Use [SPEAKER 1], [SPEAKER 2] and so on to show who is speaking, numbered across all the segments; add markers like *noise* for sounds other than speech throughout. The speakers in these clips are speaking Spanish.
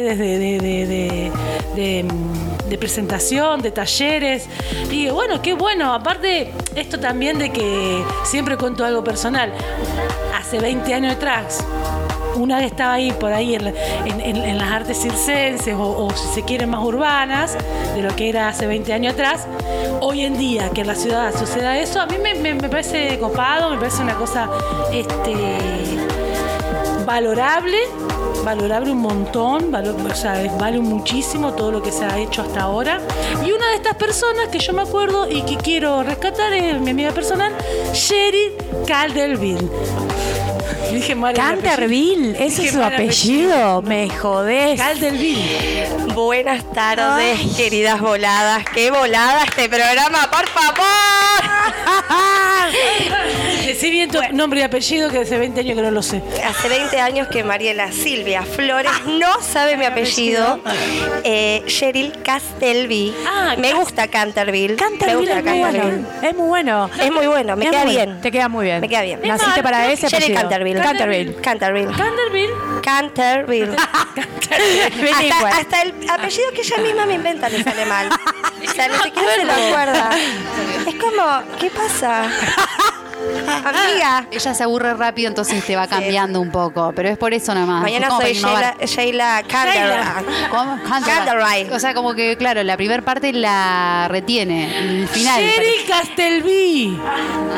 [SPEAKER 1] de, de, de, de, de presentación, de talleres. Y bueno, qué bueno. Aparte, esto también de que siempre cuento algo personal. Hace 20 años atrás, una vez estaba ahí por ahí en, en- en- en las artes circenses o, o si se quieren más urbanas de lo que era hace 20 años atrás hoy en día que en la ciudad suceda eso a mí me, me- me parece copado me parece una cosa este valorable, valorable un montón, valo- o sea, es- vale muchísimo todo lo que se ha hecho hasta ahora. Y una de estas personas que yo me acuerdo y que quiero rescatar es mi amiga personal, Sherry Calderville. *laughs* Dije mal el apellido.
[SPEAKER 2] Canterville, ese
[SPEAKER 1] Dije
[SPEAKER 2] es su
[SPEAKER 1] mal
[SPEAKER 2] apellido. Me jodés.
[SPEAKER 1] Calderville.
[SPEAKER 3] Buenas tardes, queridas voladas. ¡Qué volada este programa, por
[SPEAKER 2] *laughs*
[SPEAKER 3] favor!
[SPEAKER 1] *laughs* Decí bien tu nombre y apellido que hace 20 años que no lo sé.
[SPEAKER 3] Hace 20 años que Mariela Silvia Flores no sabe mi apellido. Eh, Cheryl Castelby.
[SPEAKER 1] Ah,
[SPEAKER 3] me
[SPEAKER 1] Cas-
[SPEAKER 3] gusta Canterville. me
[SPEAKER 2] Canterville
[SPEAKER 3] gusta
[SPEAKER 2] es muy bueno. Es muy bueno.
[SPEAKER 3] Es muy bueno, me
[SPEAKER 2] Es
[SPEAKER 3] queda
[SPEAKER 2] muy bueno,
[SPEAKER 3] bien.
[SPEAKER 2] Te queda muy bien.
[SPEAKER 3] Me queda bien.
[SPEAKER 2] Naciste
[SPEAKER 1] Es más,
[SPEAKER 2] para
[SPEAKER 1] creo
[SPEAKER 2] ese
[SPEAKER 3] Cheryl
[SPEAKER 2] apellido.
[SPEAKER 3] Canterville.
[SPEAKER 1] Canterville.
[SPEAKER 3] Canterville.
[SPEAKER 1] Calderville.
[SPEAKER 3] Canterville.
[SPEAKER 2] Bilingüe.
[SPEAKER 3] hasta, hasta el apellido que ella misma me inventa le sale mal. O sea, ni siquiera se lo acuerda. Es como, ¿qué pasa? Amiga.
[SPEAKER 4] *laughs* Ella se aburre rápido, entonces te va cambiando un poco. Pero es por eso nada más.
[SPEAKER 3] Mañana
[SPEAKER 4] Es como
[SPEAKER 3] soy
[SPEAKER 4] para innovar.
[SPEAKER 3] Sheila, Sheila Canterville.
[SPEAKER 4] ¿Cómo?
[SPEAKER 3] Canterbury.
[SPEAKER 4] O sea, como que, claro, la primera parte la retiene. El final.
[SPEAKER 1] Sherry Castelví.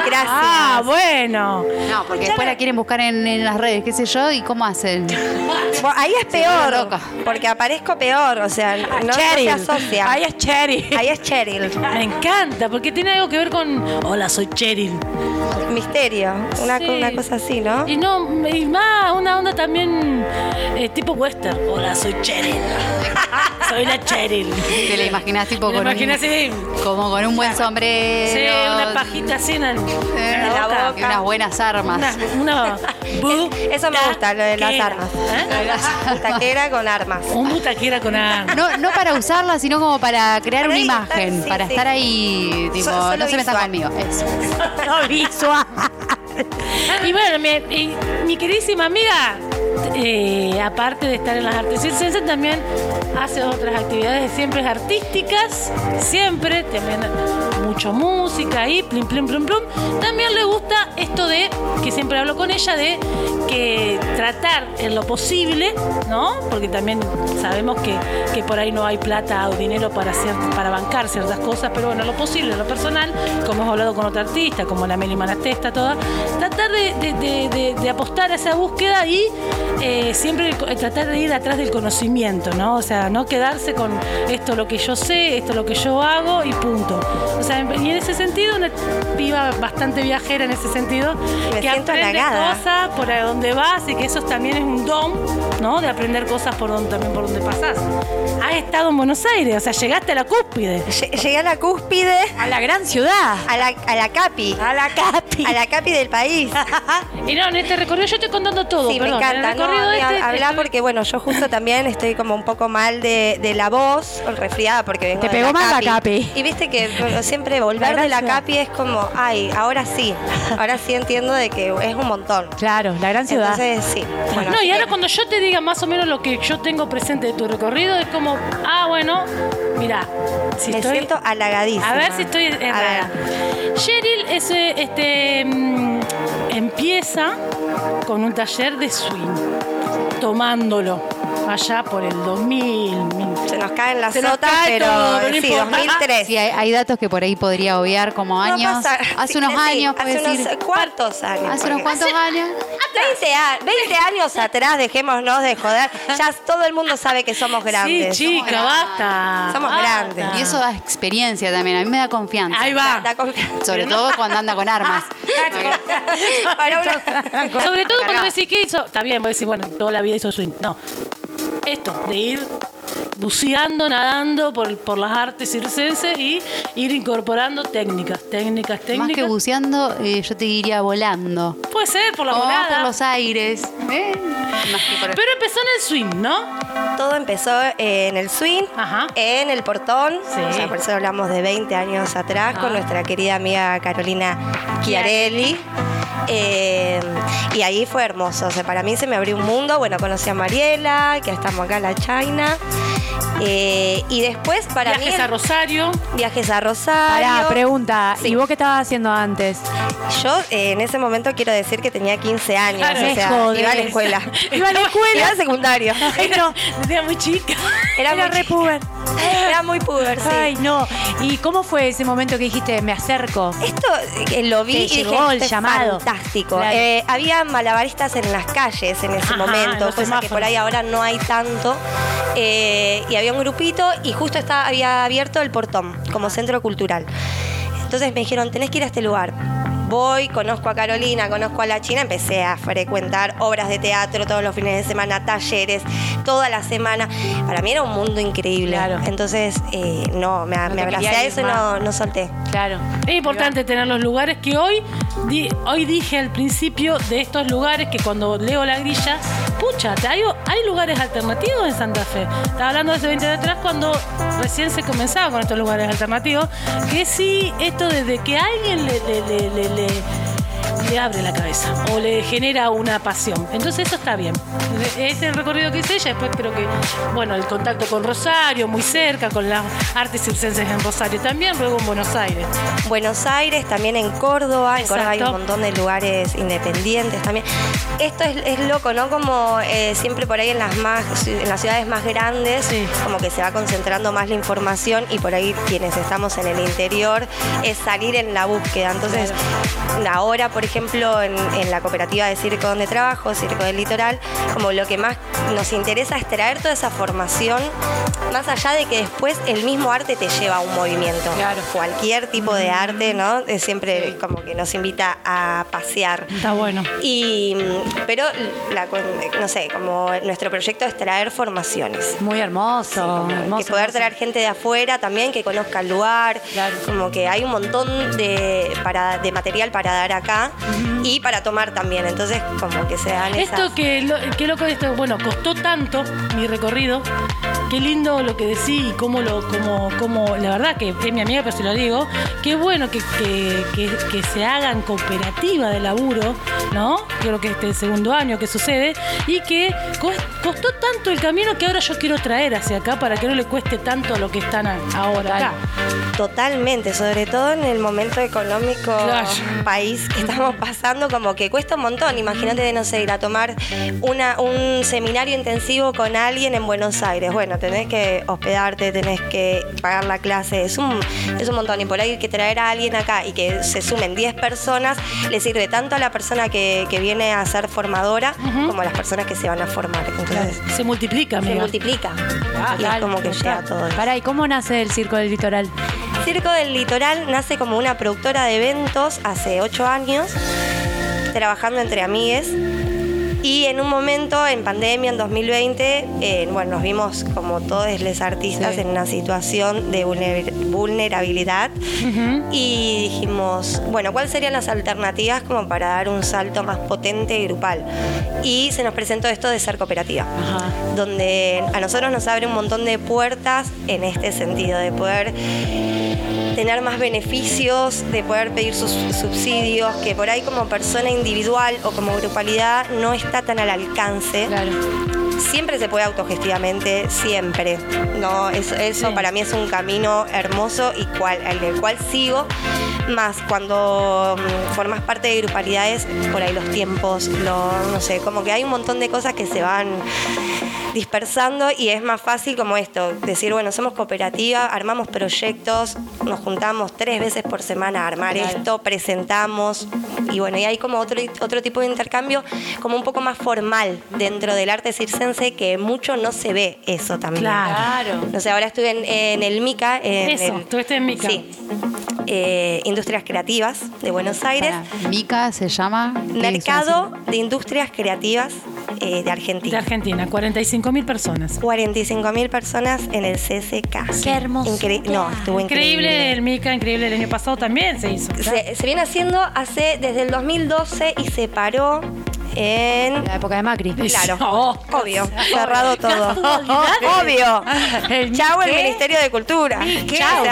[SPEAKER 3] Gracias.
[SPEAKER 1] Ah, bueno.
[SPEAKER 4] No, porque después la quieren buscar en, en las redes, qué sé yo, y cómo hacen.
[SPEAKER 3] Bueno, ahí es
[SPEAKER 4] vuelve
[SPEAKER 3] peor,
[SPEAKER 4] loca.
[SPEAKER 3] porque aparezco peor, o sea, Ah, no, no se asocia.
[SPEAKER 2] Ahí es Cheryl.
[SPEAKER 3] Ahí es Cheryl.
[SPEAKER 1] Me encanta, porque tiene algo que ver con. Hola, soy Cheryl.
[SPEAKER 3] Misterio. Una,
[SPEAKER 1] Sí.
[SPEAKER 3] co- una cosa así, ¿no?
[SPEAKER 1] Y no, y más, una onda también eh, tipo western. Hola, soy Cheryl. *laughs* soy la Cheryl.
[SPEAKER 4] Te la imaginas tipo
[SPEAKER 1] ¿Te la
[SPEAKER 4] con
[SPEAKER 1] imaginas
[SPEAKER 4] un,
[SPEAKER 1] así?
[SPEAKER 4] como con un buen sombrero.
[SPEAKER 1] Sí, una pajita así en, el-
[SPEAKER 4] eh,
[SPEAKER 1] en la boca.
[SPEAKER 4] y unas buenas armas.
[SPEAKER 1] Una,
[SPEAKER 3] *laughs*
[SPEAKER 1] una bu-
[SPEAKER 3] Eso me gusta, lo de las
[SPEAKER 1] taquera.
[SPEAKER 3] armas.
[SPEAKER 1] ¿Eh?
[SPEAKER 3] Taquera con armas.
[SPEAKER 1] Un butaquera con armas.
[SPEAKER 4] No, no para usarla, sino como para crear
[SPEAKER 3] Para
[SPEAKER 4] una
[SPEAKER 3] ahí estar,
[SPEAKER 4] imagen,
[SPEAKER 3] sí,
[SPEAKER 4] para
[SPEAKER 3] sí.
[SPEAKER 4] estar ahí, tipo,
[SPEAKER 3] So- solo
[SPEAKER 4] no se metan
[SPEAKER 3] visual.
[SPEAKER 4] conmigo. Eso.
[SPEAKER 1] No, visual. Y bueno, mi, y- mi queridísima amiga, eh, aparte de estar en las artes circenses, también hace otras actividades siempre artísticas, siempre, también mucho música y plum, plum, plum, plum. También le gusta esto de, que siempre hablo con ella, de que tratar en lo posible, ¿no? Porque también sabemos que, que por ahí no hay plata o dinero para, hacer, para bancar ciertas cosas, pero bueno, lo posible, lo personal, como hemos hablado con otra artista, como la Meli Manatesta, toda, tratar de, de- de- de- de apostar a esa búsqueda y eh, siempre el co- tratar de ir atrás del conocimiento, ¿no? O sea, no quedarse con esto es lo que yo sé, esto es lo que yo hago y punto. O sea, y en ese sentido, una piba bastante viajera en ese sentido,
[SPEAKER 3] Me
[SPEAKER 1] que
[SPEAKER 3] siento
[SPEAKER 1] aprende
[SPEAKER 3] halagada.
[SPEAKER 1] cosas pasa, por a donde vas y que eso también es un don, ¿no? De aprender cosas por donde, también por donde pasás. Has estado en Buenos Aires, o sea, llegaste a la cúspide.
[SPEAKER 3] Lle- Llegué a la cúspide,
[SPEAKER 2] A la gran ciudad.
[SPEAKER 3] a la, a la capi.
[SPEAKER 2] A la Capi.
[SPEAKER 3] A la capi del
[SPEAKER 1] *laughs*
[SPEAKER 3] país.
[SPEAKER 1] Y no, en este recorrido yo estoy contando todo,
[SPEAKER 3] Sí,
[SPEAKER 1] Oh, perdón.
[SPEAKER 3] me
[SPEAKER 1] en el
[SPEAKER 3] encanta.
[SPEAKER 1] recorrido
[SPEAKER 3] No,
[SPEAKER 1] este,
[SPEAKER 3] habla- habla
[SPEAKER 1] estuve-
[SPEAKER 3] porque, bueno, yo justo también estoy como un poco mal de, de la voz, resfriada porque vengo
[SPEAKER 2] Te
[SPEAKER 3] de
[SPEAKER 2] pegó mal la Capi.
[SPEAKER 3] Y viste que bueno, siempre volver
[SPEAKER 2] La
[SPEAKER 3] de la
[SPEAKER 2] gracia.
[SPEAKER 3] capi es como, ay, ahora sí, ahora sí entiendo de que es un montón.
[SPEAKER 2] Claro, la gran ciudad.
[SPEAKER 3] Entonces, sí. Bueno,
[SPEAKER 1] no,
[SPEAKER 3] así
[SPEAKER 1] y ahora
[SPEAKER 3] que-
[SPEAKER 1] cuando yo te diga más o menos lo que yo tengo presente de tu recorrido, es como, ah, bueno, mira, si
[SPEAKER 3] me
[SPEAKER 1] estoy...
[SPEAKER 3] siento halagadísima.
[SPEAKER 1] A ver si estoy eh, errada. Cheryl es, eh, este, mm, empieza con un taller de swing, tomándolo allá por el 2000. mil-
[SPEAKER 3] Se nos caen las
[SPEAKER 1] Se nos
[SPEAKER 3] sotas,
[SPEAKER 1] cae
[SPEAKER 3] pero
[SPEAKER 1] todo, pero no
[SPEAKER 3] sí,
[SPEAKER 1] importa. *laughs*
[SPEAKER 3] 2003.
[SPEAKER 4] Sí, hay, hay datos que por ahí podría obviar como
[SPEAKER 3] No
[SPEAKER 4] años.
[SPEAKER 3] pasa-
[SPEAKER 4] hace
[SPEAKER 3] sí,
[SPEAKER 4] unos
[SPEAKER 3] sí,
[SPEAKER 4] años, puede
[SPEAKER 3] hace unos
[SPEAKER 4] decir.
[SPEAKER 3] cuartos años.
[SPEAKER 4] Hace
[SPEAKER 3] porque-
[SPEAKER 4] unos cuantos años.
[SPEAKER 3] 20, a- 20 años atrás, dejémonos de
[SPEAKER 4] *laughs*
[SPEAKER 3] joder. Ya todo el mundo sabe que somos
[SPEAKER 1] Sí,
[SPEAKER 3] grandes.
[SPEAKER 1] chica,
[SPEAKER 4] grandes.
[SPEAKER 1] basta.
[SPEAKER 3] Somos
[SPEAKER 1] basta.
[SPEAKER 3] grandes.
[SPEAKER 4] Y eso da experiencia también, a mí me da confianza.
[SPEAKER 3] Ah,
[SPEAKER 1] Ahí va.
[SPEAKER 3] Da confianza. *laughs*
[SPEAKER 4] Sobre todo cuando anda con armas.
[SPEAKER 3] Ah, Para
[SPEAKER 4] *laughs*
[SPEAKER 3] una-
[SPEAKER 1] Sobre todo cuando
[SPEAKER 4] Cargá.
[SPEAKER 1] decís que hizo. Está bien, vos decís, bueno, toda la vida hizo swing. No. Esto, de ir buceando, nadando por, por las artes circenses y ir incorporando técnicas, técnicas, técnicas.
[SPEAKER 4] Más que buceando, eh, yo te diría volando.
[SPEAKER 1] Puede ser por la
[SPEAKER 4] O
[SPEAKER 1] volada.
[SPEAKER 4] por los aires. ¿eh? Más que por el-
[SPEAKER 1] Pero empezó en el swing, ¿no?
[SPEAKER 3] Todo empezó eh, en el swing,
[SPEAKER 1] Ajá.
[SPEAKER 3] en el portón.
[SPEAKER 1] Sí.
[SPEAKER 3] O sea, por eso hablamos de 20 años atrás
[SPEAKER 1] Ah.
[SPEAKER 3] con nuestra querida amiga Carolina Chiarelli. Eh, y ahí fue hermoso. O sea, para mí se me abrió un mundo. Bueno, conocí a Mariela, que estamos acá en la China. Eh, y después, para
[SPEAKER 1] Viajes
[SPEAKER 3] mí,
[SPEAKER 1] a Rosario.
[SPEAKER 3] viajes a Rosario.
[SPEAKER 2] Pará, pregunta.
[SPEAKER 3] Sí.
[SPEAKER 2] ¿Y vos qué estabas haciendo antes?
[SPEAKER 3] Yo eh, en ese momento quiero decir que tenía 15 años,
[SPEAKER 1] Claro,
[SPEAKER 3] o
[SPEAKER 2] me
[SPEAKER 3] sea,
[SPEAKER 2] jodés.
[SPEAKER 3] iba a la escuela.
[SPEAKER 2] *laughs* Iba a
[SPEAKER 3] *laughs* Iba
[SPEAKER 2] la
[SPEAKER 3] al
[SPEAKER 2] escuela.
[SPEAKER 3] secundario.
[SPEAKER 2] *laughs*
[SPEAKER 1] Era, *laughs* era muy chica.
[SPEAKER 3] Era,
[SPEAKER 2] Era
[SPEAKER 3] muy
[SPEAKER 2] re
[SPEAKER 3] chica.
[SPEAKER 2] puber.
[SPEAKER 3] Era muy puber, sí.
[SPEAKER 2] Ay, no. *laughs* ¿Y cómo fue ese momento que dijiste, me acerco?
[SPEAKER 3] Esto eh, lo vi
[SPEAKER 2] Te
[SPEAKER 3] y dije,
[SPEAKER 2] llegó el
[SPEAKER 3] "Esto es
[SPEAKER 2] llamado".
[SPEAKER 3] fantástico.
[SPEAKER 2] Claro.
[SPEAKER 3] Eh, había malabaristas en las calles en ese
[SPEAKER 1] Ajá, en
[SPEAKER 3] momento,
[SPEAKER 1] los
[SPEAKER 3] cosa que
[SPEAKER 1] semáforos.
[SPEAKER 3] por ahí ahora no hay tanto. Eh, y había un grupito y justo estaba, había abierto el portón como centro cultural. Entonces me dijeron, tenés que ir a este lugar. Voy, conozco a Carolina, conozco a la China, empecé a frecuentar obras de teatro todos los fines de semana, talleres, toda la semana. Para mí era un mundo increíble.
[SPEAKER 2] Claro.
[SPEAKER 3] Entonces, eh, no, me, me
[SPEAKER 2] te
[SPEAKER 3] abracé
[SPEAKER 2] quería
[SPEAKER 3] a
[SPEAKER 2] ir
[SPEAKER 3] eso y
[SPEAKER 2] más.
[SPEAKER 3] no, no solté.
[SPEAKER 2] Claro.
[SPEAKER 1] Es importante tener los lugares que hoy, di- hoy dije al principio de estos lugares que cuando leo la grilla, pucha, te- hay, hay lugares alternativos en Santa Fe. Estaba hablando de hace 20 años atrás cuando recién se comenzaba con estos lugares alternativos, que sí, esto desde que alguien le, le- le- le- le- le abre la cabeza o le genera una pasión. Entonces eso está bien. Es el recorrido que hice ella, después creo que, bueno, el contacto con Rosario, muy cerca, con las artes circenses en Rosario también, luego en Buenos Aires.
[SPEAKER 3] Buenos Aires, también en Córdoba. En Córdoba hay un
[SPEAKER 1] Exacto.
[SPEAKER 3] montón de lugares independientes también. Esto es, es loco, ¿no? Como eh, siempre por ahí en las, más, en las ciudades más grandes,
[SPEAKER 1] Sí.
[SPEAKER 3] como que se va concentrando más la información y por ahí quienes estamos en el interior es salir en la búsqueda. Entonces, ahora, por ejemplo, en, en la cooperativa de circo donde trabajo, Circo del Litoral, como lo que más nos interesa es traer toda esa formación, más allá de que después el mismo arte te lleva a un movimiento
[SPEAKER 1] Claro.
[SPEAKER 3] cualquier tipo de arte, ¿no? Eh, Siempre como que nos invita a pasear.
[SPEAKER 1] Está bueno.
[SPEAKER 3] Y, mm, pero, la cu- no sé, como nuestro proyecto es traer formaciones.
[SPEAKER 2] Muy hermoso.
[SPEAKER 3] Que
[SPEAKER 2] hermoso
[SPEAKER 3] poder
[SPEAKER 2] hermoso.
[SPEAKER 3] traer gente de afuera también que conozca el lugar.
[SPEAKER 2] Claro.
[SPEAKER 3] Como que hay un montón de, para, de material para dar acá y para tomar también. Entonces, como que se dan esas-
[SPEAKER 1] Esto que, lo, qué loco esto, bueno, costó tanto mi recorrido. Qué lindo lo que decís y cómo lo, cómo, cómo, la verdad que es mi amiga, pero se lo digo. Qué bueno que, que, que- que se hagan cooperativa de laburo, ¿no? Creo que este es el segundo año que sucede y que cos- costó tanto el camino que ahora yo quiero traer hacia acá para que no le cueste tanto a lo que están a- ahora acá.
[SPEAKER 3] Totalmente, sobre todo en el momento económico
[SPEAKER 1] Claro.
[SPEAKER 3] país que estamos pasando, como que cuesta un montón. Imagínate, no sé, ir a tomar una, un seminario intensivo con alguien en Buenos Aires. Bueno, tenés que hospedarte, tenés que pagar la clase, es un, es un montón. Y por ahí hay que traer a alguien acá y que se sumen 10 personas, le sirve tanto a la persona que, que viene a ser formadora
[SPEAKER 1] Ujú.
[SPEAKER 3] como a las personas que se van a formar. Entonces,
[SPEAKER 1] Se multiplica,
[SPEAKER 3] se
[SPEAKER 1] amiga.
[SPEAKER 3] multiplica.
[SPEAKER 2] Ah,
[SPEAKER 3] y es
[SPEAKER 2] tal,
[SPEAKER 3] como que llega a
[SPEAKER 2] total.
[SPEAKER 3] todos.
[SPEAKER 2] Pará, ¿y cómo nace el circo del litoral?
[SPEAKER 3] Circo del Litoral nace como una productora de eventos hace ocho años, trabajando entre amigues. Y en un momento, en pandemia, en 2020, eh, bueno, nos vimos como todos los artistas
[SPEAKER 2] Sí.
[SPEAKER 3] en una situación de vulner- vulnerabilidad
[SPEAKER 1] Ujú.
[SPEAKER 3] y dijimos, bueno, ¿cuáles serían las alternativas como para dar un salto más potente y grupal? Y se nos presentó esto de ser cooperativa
[SPEAKER 2] Ajá.
[SPEAKER 3] donde a nosotros nos abre un montón de puertas en este sentido, de poder tener más beneficios, de poder pedir sus subsidios, que por ahí como persona individual o como grupalidad no está tan al alcance.
[SPEAKER 2] Claro.
[SPEAKER 3] Siempre se puede autogestivamente, siempre. No, eso, eso
[SPEAKER 1] Sí.
[SPEAKER 3] para mí es un camino hermoso y cual, el del cual sigo. Más cuando mm, formas parte de grupalidades, por ahí los tiempos, lo- no sé, como que hay un montón de cosas que se van dispersando y es más fácil como esto, decir, bueno, somos cooperativa, armamos proyectos, nos juntamos tres veces por semana a armar
[SPEAKER 2] Claro.
[SPEAKER 3] esto, presentamos y bueno, y hay como otro, otro tipo de intercambio como un poco más formal dentro del arte circense que mucho no se ve eso también.
[SPEAKER 1] Claro.
[SPEAKER 3] No sé, ahora estuve en, en el MICA. En
[SPEAKER 1] Eso,
[SPEAKER 3] el-
[SPEAKER 1] estuviste en Mica.
[SPEAKER 3] Sí. Eh, Industrias Creativas de Buenos Aires.
[SPEAKER 4] Pará, Mica se llama. ¿Qué
[SPEAKER 3] Mercado de Industrias Creativas eh, de
[SPEAKER 1] De
[SPEAKER 3] Argentina.
[SPEAKER 1] Argentina, 45 mil personas.
[SPEAKER 3] 45.000 personas en el CCK.
[SPEAKER 2] Qué hermoso.
[SPEAKER 3] Incre- no, estuvo increíble.
[SPEAKER 1] Increíble el Mica, increíble el año pasado también se hizo.
[SPEAKER 3] Se, se viene haciendo hace desde el 2012 y se paró en...
[SPEAKER 2] La época de Macri.
[SPEAKER 3] Claro,
[SPEAKER 1] *laughs* Oh.
[SPEAKER 3] obvio, cerrado todo. Obvio.
[SPEAKER 1] El
[SPEAKER 3] Chau el
[SPEAKER 1] ¿qué?
[SPEAKER 3] Ministerio de Cultura.
[SPEAKER 1] ¿Qué?
[SPEAKER 3] Chau.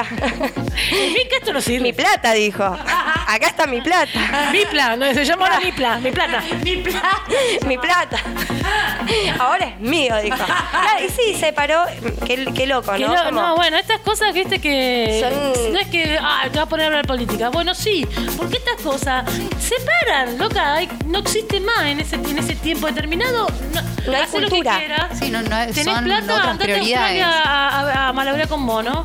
[SPEAKER 1] El Mica esto no sirve.
[SPEAKER 3] Mi plata, dijo. acá está
[SPEAKER 1] *laughs*
[SPEAKER 3] mi plata.
[SPEAKER 1] Mi plan, no, se llama ahora mi plan, mi plata.
[SPEAKER 3] *laughs*
[SPEAKER 1] Mi plata.
[SPEAKER 3] Mi plata. Ahora es mío, dijo. Claro, y sí, se paró. Qué, qué loco, ¿no?
[SPEAKER 1] Que no,
[SPEAKER 3] Como-
[SPEAKER 1] no, bueno, estas cosas, viste, que.
[SPEAKER 3] Son-
[SPEAKER 1] No es que. Ah, te vas a poner a hablar política. Bueno, sí, porque estas cosas se paran, loca. hay- no existe más en ese, en ese tiempo determinado. No,
[SPEAKER 3] No hay
[SPEAKER 1] hacé
[SPEAKER 3] cultura.
[SPEAKER 1] lo que quieras.
[SPEAKER 4] Sí, no, no,
[SPEAKER 1] Tenés
[SPEAKER 4] son
[SPEAKER 1] plata,
[SPEAKER 4] otras
[SPEAKER 1] andate a
[SPEAKER 4] prioridades.
[SPEAKER 1] Australia a, a- a malabrar con mono.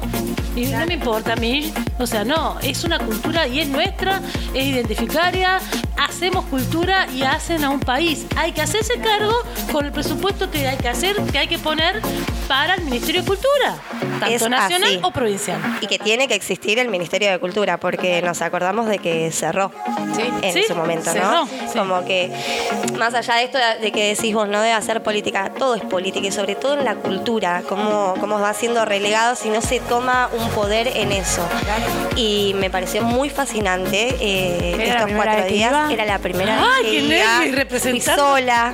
[SPEAKER 1] Y no me importa a mí. O sea, no, es una cultura y es nuestra, es identificaria. Hacemos cultura y hacen a un país. Hay que hacerse cargo con el presupuesto que hay que hacer, que hay que poner para el Ministerio de Cultura, tanto
[SPEAKER 3] Es
[SPEAKER 1] nacional
[SPEAKER 3] así.
[SPEAKER 1] o provincial.
[SPEAKER 3] Y que tiene que existir el Ministerio de Cultura, porque nos acordamos de que cerró en
[SPEAKER 1] Sí,
[SPEAKER 3] su momento,
[SPEAKER 1] cerró,
[SPEAKER 3] ¿no?
[SPEAKER 1] sí.
[SPEAKER 3] Como que, más allá de esto de que decís vos, no de hacer política, todo es política, y sobre todo en la cultura, cómo, cómo va siendo relegado si no se toma un poder en eso. Y me pareció muy fascinante eh,
[SPEAKER 2] ¿Era la
[SPEAKER 3] estos
[SPEAKER 2] primera
[SPEAKER 3] cuatro
[SPEAKER 2] vez que
[SPEAKER 3] días.
[SPEAKER 2] iba? Ah,
[SPEAKER 3] Era la primera
[SPEAKER 1] Ay,
[SPEAKER 3] vez que
[SPEAKER 1] qué
[SPEAKER 3] iba.
[SPEAKER 1] nervio, y representante.
[SPEAKER 3] Y sola,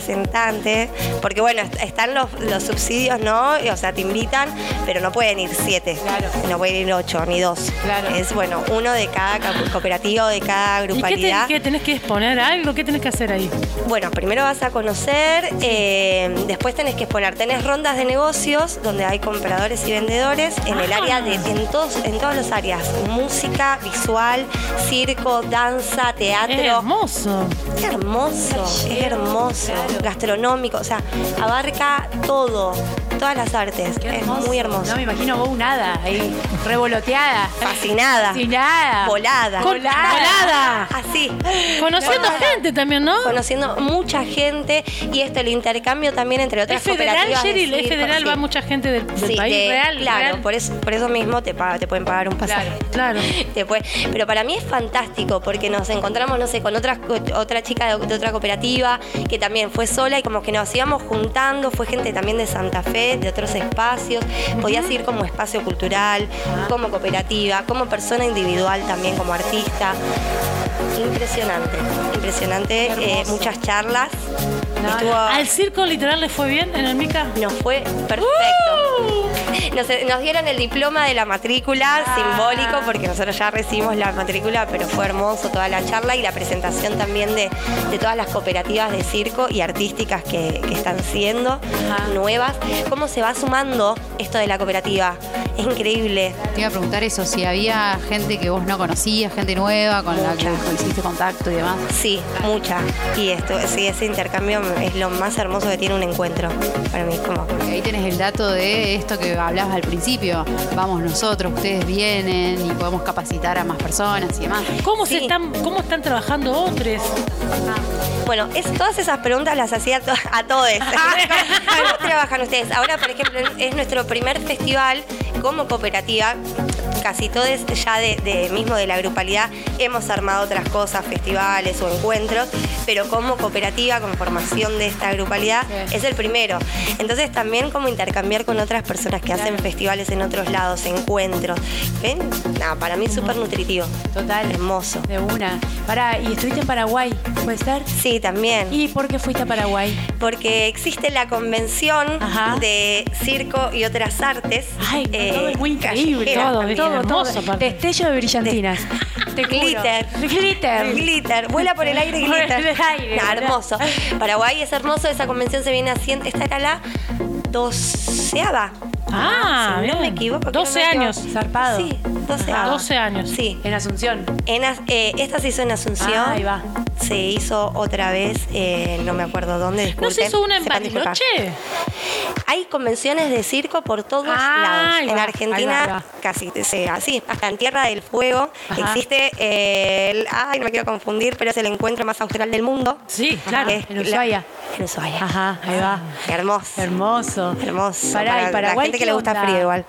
[SPEAKER 3] representante. Porque bueno, est- están los, los subsidios, ¿no? Y, O sea, te invitan, pero no pueden ir siete.
[SPEAKER 2] Claro.
[SPEAKER 3] No pueden ir ocho, ni dos.
[SPEAKER 2] Claro.
[SPEAKER 3] Es bueno, uno de cada ca- cooperativa, de cada
[SPEAKER 1] ¿Y qué, te-
[SPEAKER 3] grupalidad.
[SPEAKER 1] qué tenés que exponer algo? ¿Qué tenés que hacer ahí?
[SPEAKER 3] Bueno, primero vas a conocer, eh, después tenés que exponer. Tenés rondas de negocios donde hay compradores y vendedores en el
[SPEAKER 1] Ah.
[SPEAKER 3] área de, en todos, en todas las áreas. Música, visual, circo, danza,
[SPEAKER 1] Es
[SPEAKER 3] teatro.
[SPEAKER 1] hermoso.
[SPEAKER 3] Es hermoso, es hermoso,
[SPEAKER 2] claro.
[SPEAKER 3] gastronómico, o sea, abarca todo, todas las artes,
[SPEAKER 2] Qué
[SPEAKER 3] es muy hermoso.
[SPEAKER 2] No me imagino vos nada ahí, revoloteada.
[SPEAKER 3] Fascinada,
[SPEAKER 2] Sin nada.
[SPEAKER 3] volada,
[SPEAKER 1] Con-
[SPEAKER 2] Volada.
[SPEAKER 1] volada.
[SPEAKER 3] así,
[SPEAKER 1] Conociendo
[SPEAKER 3] Volada.
[SPEAKER 1] gente también, ¿no?
[SPEAKER 3] conociendo mucha gente y esto, el intercambio también entre otras
[SPEAKER 1] Es federal,
[SPEAKER 3] cooperativas. de
[SPEAKER 1] Cheryl, es
[SPEAKER 3] circo,
[SPEAKER 1] federal,
[SPEAKER 3] sí.
[SPEAKER 1] va mucha gente del, del
[SPEAKER 3] Sí,
[SPEAKER 1] país.
[SPEAKER 3] de-
[SPEAKER 1] real,
[SPEAKER 3] claro,
[SPEAKER 1] real.
[SPEAKER 3] Por, eso, por eso mismo te, pa- te pueden pagar un pasaje.
[SPEAKER 2] Claro.
[SPEAKER 1] Claro.
[SPEAKER 3] Te puede- Este pero para mí es fantástico porque nos encontramos, no sé, con otra, otra chica de, de otra cooperativa que también fue sola y como que nos íbamos juntando, fue gente también de Santa Fe, de otros espacios, podías ir como espacio cultural, como cooperativa, como persona individual también, como artista. Impresionante, impresionante, eh, muchas charlas. Estuvo-
[SPEAKER 1] ¿Al circo literal le fue bien en el Mica?
[SPEAKER 3] nos fue perfecto. Nos, eh, nos dieron el diploma de la matrícula, simbólico, porque nosotros ya recibimos la matrícula, pero fue hermoso toda la charla y la presentación también de, de todas las cooperativas de circo y artísticas que, que están siendo nuevas. ¿Cómo se va sumando esto de la cooperativa? Es increíble.
[SPEAKER 4] Te iba a preguntar eso, si había gente que vos no conocías, gente nueva con la que
[SPEAKER 3] Mucha.
[SPEAKER 4] hiciste contacto y demás.
[SPEAKER 3] Sí, mucha. Y esto, sí, ese intercambio es lo más hermoso que tiene un encuentro para mí. Como,
[SPEAKER 4] Porque ahí tenés el dato de esto que hablabas al principio. Vamos nosotros, ustedes vienen y podemos capacitar a más personas y demás.
[SPEAKER 1] ¿Cómo, se
[SPEAKER 3] Sí.
[SPEAKER 1] están, ¿Cómo están trabajando otros?
[SPEAKER 3] Bueno, es, todas esas preguntas las hacía to- a todos. ¿Cómo trabajan ustedes? Ahora, por ejemplo, es nuestro primer festival como cooperativa. Casi todos ya de, de- mismo de la grupalidad hemos armado otras cosas, festivales o encuentros, pero como cooperativa, con formación de esta grupalidad, es el primero. Entonces también como intercambiar con otras personas que hacen festivales en otros lados, encuentros. ¿Ven? Nada, para mí súper nutritivo.
[SPEAKER 2] Total.
[SPEAKER 3] Hermoso.
[SPEAKER 2] De una. Pará, y estuviste en Paraguay, ¿puede ser?
[SPEAKER 3] Sí, también.
[SPEAKER 2] ¿Y por qué fuiste a Paraguay?
[SPEAKER 3] porque existe la convención
[SPEAKER 2] Ajá.
[SPEAKER 3] de circo y otras artes.
[SPEAKER 2] Ay, no,
[SPEAKER 3] eh,
[SPEAKER 2] todo es muy increíble.
[SPEAKER 3] callejeras
[SPEAKER 1] todo,
[SPEAKER 3] también.
[SPEAKER 1] todo, hermoso, aparte.
[SPEAKER 2] Destello de brillantinas. Te juro.
[SPEAKER 3] Glitter.
[SPEAKER 2] Glitter.
[SPEAKER 3] Glitter, vuela por el aire
[SPEAKER 2] Por el
[SPEAKER 3] glitter.
[SPEAKER 2] aire,
[SPEAKER 3] Nah,
[SPEAKER 2] mirá.
[SPEAKER 3] hermoso. Paraguay es hermoso, esa convención se viene haciendo. Esta era la doceava.
[SPEAKER 1] Ah,
[SPEAKER 3] si no
[SPEAKER 1] bien.
[SPEAKER 3] me equivoco.
[SPEAKER 1] 12
[SPEAKER 3] creo que
[SPEAKER 1] años.
[SPEAKER 3] no.
[SPEAKER 2] Zarpado.
[SPEAKER 3] Sí, 12
[SPEAKER 1] Ah, 12 años.
[SPEAKER 3] Sí.
[SPEAKER 2] En Asunción.
[SPEAKER 3] En As- eh, esta se hizo en Asunción.
[SPEAKER 2] Ah, ahí va.
[SPEAKER 3] Se hizo otra vez, eh, no me acuerdo dónde.
[SPEAKER 1] ¿No se
[SPEAKER 3] disculpen,
[SPEAKER 1] hizo una en
[SPEAKER 3] sepan disculpar.
[SPEAKER 1] Bariloche?
[SPEAKER 3] Hay convenciones de circo por todos
[SPEAKER 1] Ah,
[SPEAKER 3] lados.
[SPEAKER 1] ahí
[SPEAKER 3] en
[SPEAKER 1] va,
[SPEAKER 3] Argentina,
[SPEAKER 2] ahí va, ahí
[SPEAKER 3] casi se- así, hasta en Tierra del Fuego,
[SPEAKER 2] Ajá.
[SPEAKER 3] existe eh, el. Ay, no me quiero confundir, pero es el encuentro más austral del mundo.
[SPEAKER 1] Sí, claro.
[SPEAKER 3] Que es
[SPEAKER 2] Ah, en
[SPEAKER 3] la-
[SPEAKER 2] Ushuaia.
[SPEAKER 3] en Ushuaia.
[SPEAKER 2] Ajá, ahí va.
[SPEAKER 3] Qué hermoso.
[SPEAKER 2] Hermoso.
[SPEAKER 3] Hermoso.
[SPEAKER 2] Pará,
[SPEAKER 3] Para
[SPEAKER 2] y
[SPEAKER 3] la
[SPEAKER 2] Paraguay,
[SPEAKER 3] gente que
[SPEAKER 2] ¿qué
[SPEAKER 3] le gusta
[SPEAKER 2] onda?
[SPEAKER 3] frío igual.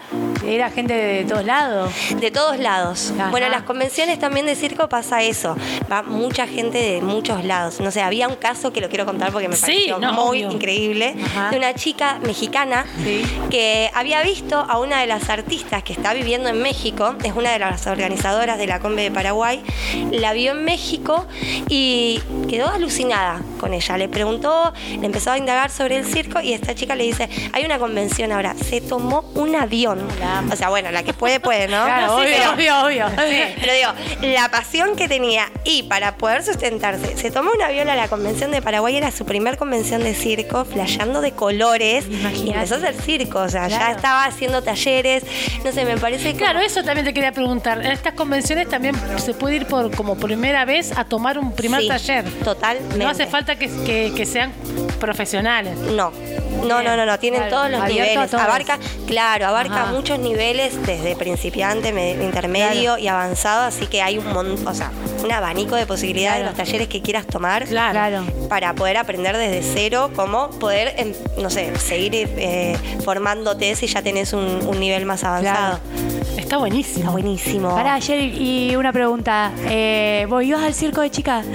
[SPEAKER 2] Era gente de todos lados.
[SPEAKER 3] De todos lados.
[SPEAKER 2] Ajá.
[SPEAKER 3] Bueno, en las convenciones también de circo pasa eso. Va mucha gente de muchos lados. No sé, había un caso que lo quiero contar porque me
[SPEAKER 1] Sí,
[SPEAKER 3] pareció
[SPEAKER 1] no,
[SPEAKER 3] muy
[SPEAKER 1] obvio.
[SPEAKER 3] increíble.
[SPEAKER 2] Ajá.
[SPEAKER 3] De una chica mexicana
[SPEAKER 2] Sí.
[SPEAKER 3] que había visto a una de las artistas que está viviendo en México. Es una de las organizadoras de la Combe de Paraguay. La vio en México y quedó alucinada. con ella. Le preguntó, le empezó a indagar sobre el circo y esta chica le dice, hay una convención ahora, se tomó un avión. O sea, bueno, la que puede, puede, ¿no?
[SPEAKER 1] Claro,
[SPEAKER 3] Ah, Sí,
[SPEAKER 1] obvio,
[SPEAKER 3] pero-
[SPEAKER 1] obvio, obvio.
[SPEAKER 3] *laughs* pero digo, la pasión que tenía y para poder sustentarse, se tomó un avión a la convención de Paraguay, era su primer convención de circo, flasheando de colores. Y empezó a hacer circo, o sea, ya
[SPEAKER 2] Claro.
[SPEAKER 3] estaba haciendo talleres. No sé, me parece que.
[SPEAKER 1] Claro, eso también te quería preguntar. En estas convenciones también se puede ir por como primera vez a tomar un primer taller.
[SPEAKER 3] Totalmente.
[SPEAKER 1] No hace falta que, que- que sean profesionales.
[SPEAKER 3] No. No, no, no, no, tienen
[SPEAKER 1] Claro,
[SPEAKER 3] todos los
[SPEAKER 2] abierto a
[SPEAKER 3] niveles.
[SPEAKER 2] todos.
[SPEAKER 3] Abarca, claro, abarca
[SPEAKER 1] Ajá.
[SPEAKER 3] muchos niveles desde principiante, me- intermedio y avanzado, así que hay un montón, o sea, un abanico de posibilidades
[SPEAKER 1] Claro.
[SPEAKER 3] de los talleres que quieras tomar.
[SPEAKER 1] Claro.
[SPEAKER 2] Claro.
[SPEAKER 3] para poder aprender desde cero, cómo poder, em, no sé, seguir eh, formándote si ya tenés un, un nivel más avanzado.
[SPEAKER 1] Está buenísimo.
[SPEAKER 3] Está buenísimo.
[SPEAKER 2] Pará, Jerry, y una pregunta. Eh, ¿Vos ibas al circo de chicas?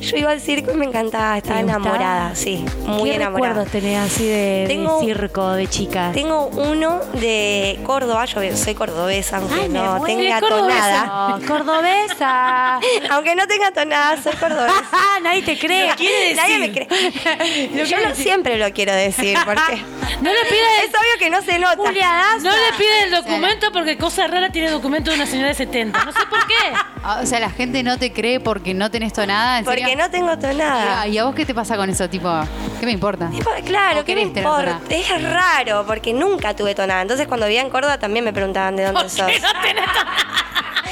[SPEAKER 3] Yo iba al circo y me encantaba, estaba
[SPEAKER 2] ¿Te gustaba?
[SPEAKER 3] enamorada, sí, muy
[SPEAKER 2] ¿Qué
[SPEAKER 3] enamorada.
[SPEAKER 2] recuerdos tenés así de, de
[SPEAKER 3] Tengo-
[SPEAKER 2] circo de chicas?
[SPEAKER 3] Tengo uno de Córdoba, yo soy cordobesa, aunque
[SPEAKER 2] Ay, Ah, me
[SPEAKER 3] no
[SPEAKER 2] muero.
[SPEAKER 3] tenga
[SPEAKER 1] Soy cordobesa.
[SPEAKER 3] tonada. *laughs*
[SPEAKER 2] Oh, cordobesa. *laughs*
[SPEAKER 3] Aunque no tenga tonada, soy cordobesa.
[SPEAKER 2] Nadie te cree.
[SPEAKER 3] Nadie me cree. *laughs* Yo no siempre lo quiero decir,
[SPEAKER 2] *laughs*
[SPEAKER 3] porque
[SPEAKER 1] No
[SPEAKER 3] *laughs*
[SPEAKER 1] le pidas
[SPEAKER 3] es obvio que no se nota.
[SPEAKER 1] no le pidas el documento porque cosa rara tiene el documento de una señora de 70. No sé por
[SPEAKER 3] *laughs*
[SPEAKER 1] qué.
[SPEAKER 4] Ah, O sea, la gente no te cree porque no tenés tonada. ¿en
[SPEAKER 3] Porque
[SPEAKER 4] serio?
[SPEAKER 3] no tengo tonada.
[SPEAKER 4] Ah, ¿Y a vos qué te pasa con eso? Tipo, ¿qué me importa?
[SPEAKER 3] Tipo, Claro,
[SPEAKER 4] ¿O
[SPEAKER 3] ¿qué me
[SPEAKER 4] querés tener tonada?
[SPEAKER 3] importa? Es raro, porque nunca tuve tonada. Entonces, cuando vivía en Córdoba también me preguntaban de dónde sos. *laughs*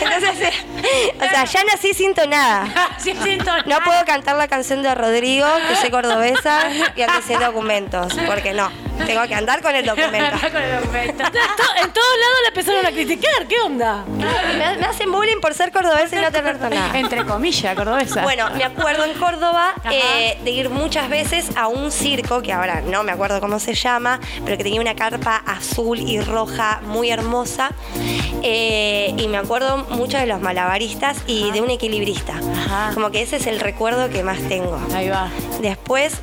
[SPEAKER 3] Entonces, eh, o sea, ya nací sin tonada.
[SPEAKER 1] Sí, siento.
[SPEAKER 4] Ah.
[SPEAKER 3] No puedo cantar la canción de Rodrigo, que soy cordobesa, y ando sin documentos, porque no. Tengo que andar con el documento.
[SPEAKER 4] *laughs*
[SPEAKER 1] En to- en todos lados la empezaron a criticar. ¿Qué onda?
[SPEAKER 3] Me, me hacen bullying por ser cordobesa y no tener tonada.
[SPEAKER 2] Entre comillas, cordobesa.
[SPEAKER 3] Bueno, me acuerdo en Córdoba eh, de ir muchas veces a un circo, que ahora no me acuerdo cómo se llama, pero que tenía una carpa azul y roja muy hermosa. Eh, y me acuerdo mucho de los malabaristas y de un equilibrista.
[SPEAKER 2] Ajá.
[SPEAKER 3] Como que ese es el recuerdo que más tengo.
[SPEAKER 2] Ahí va.
[SPEAKER 3] Después,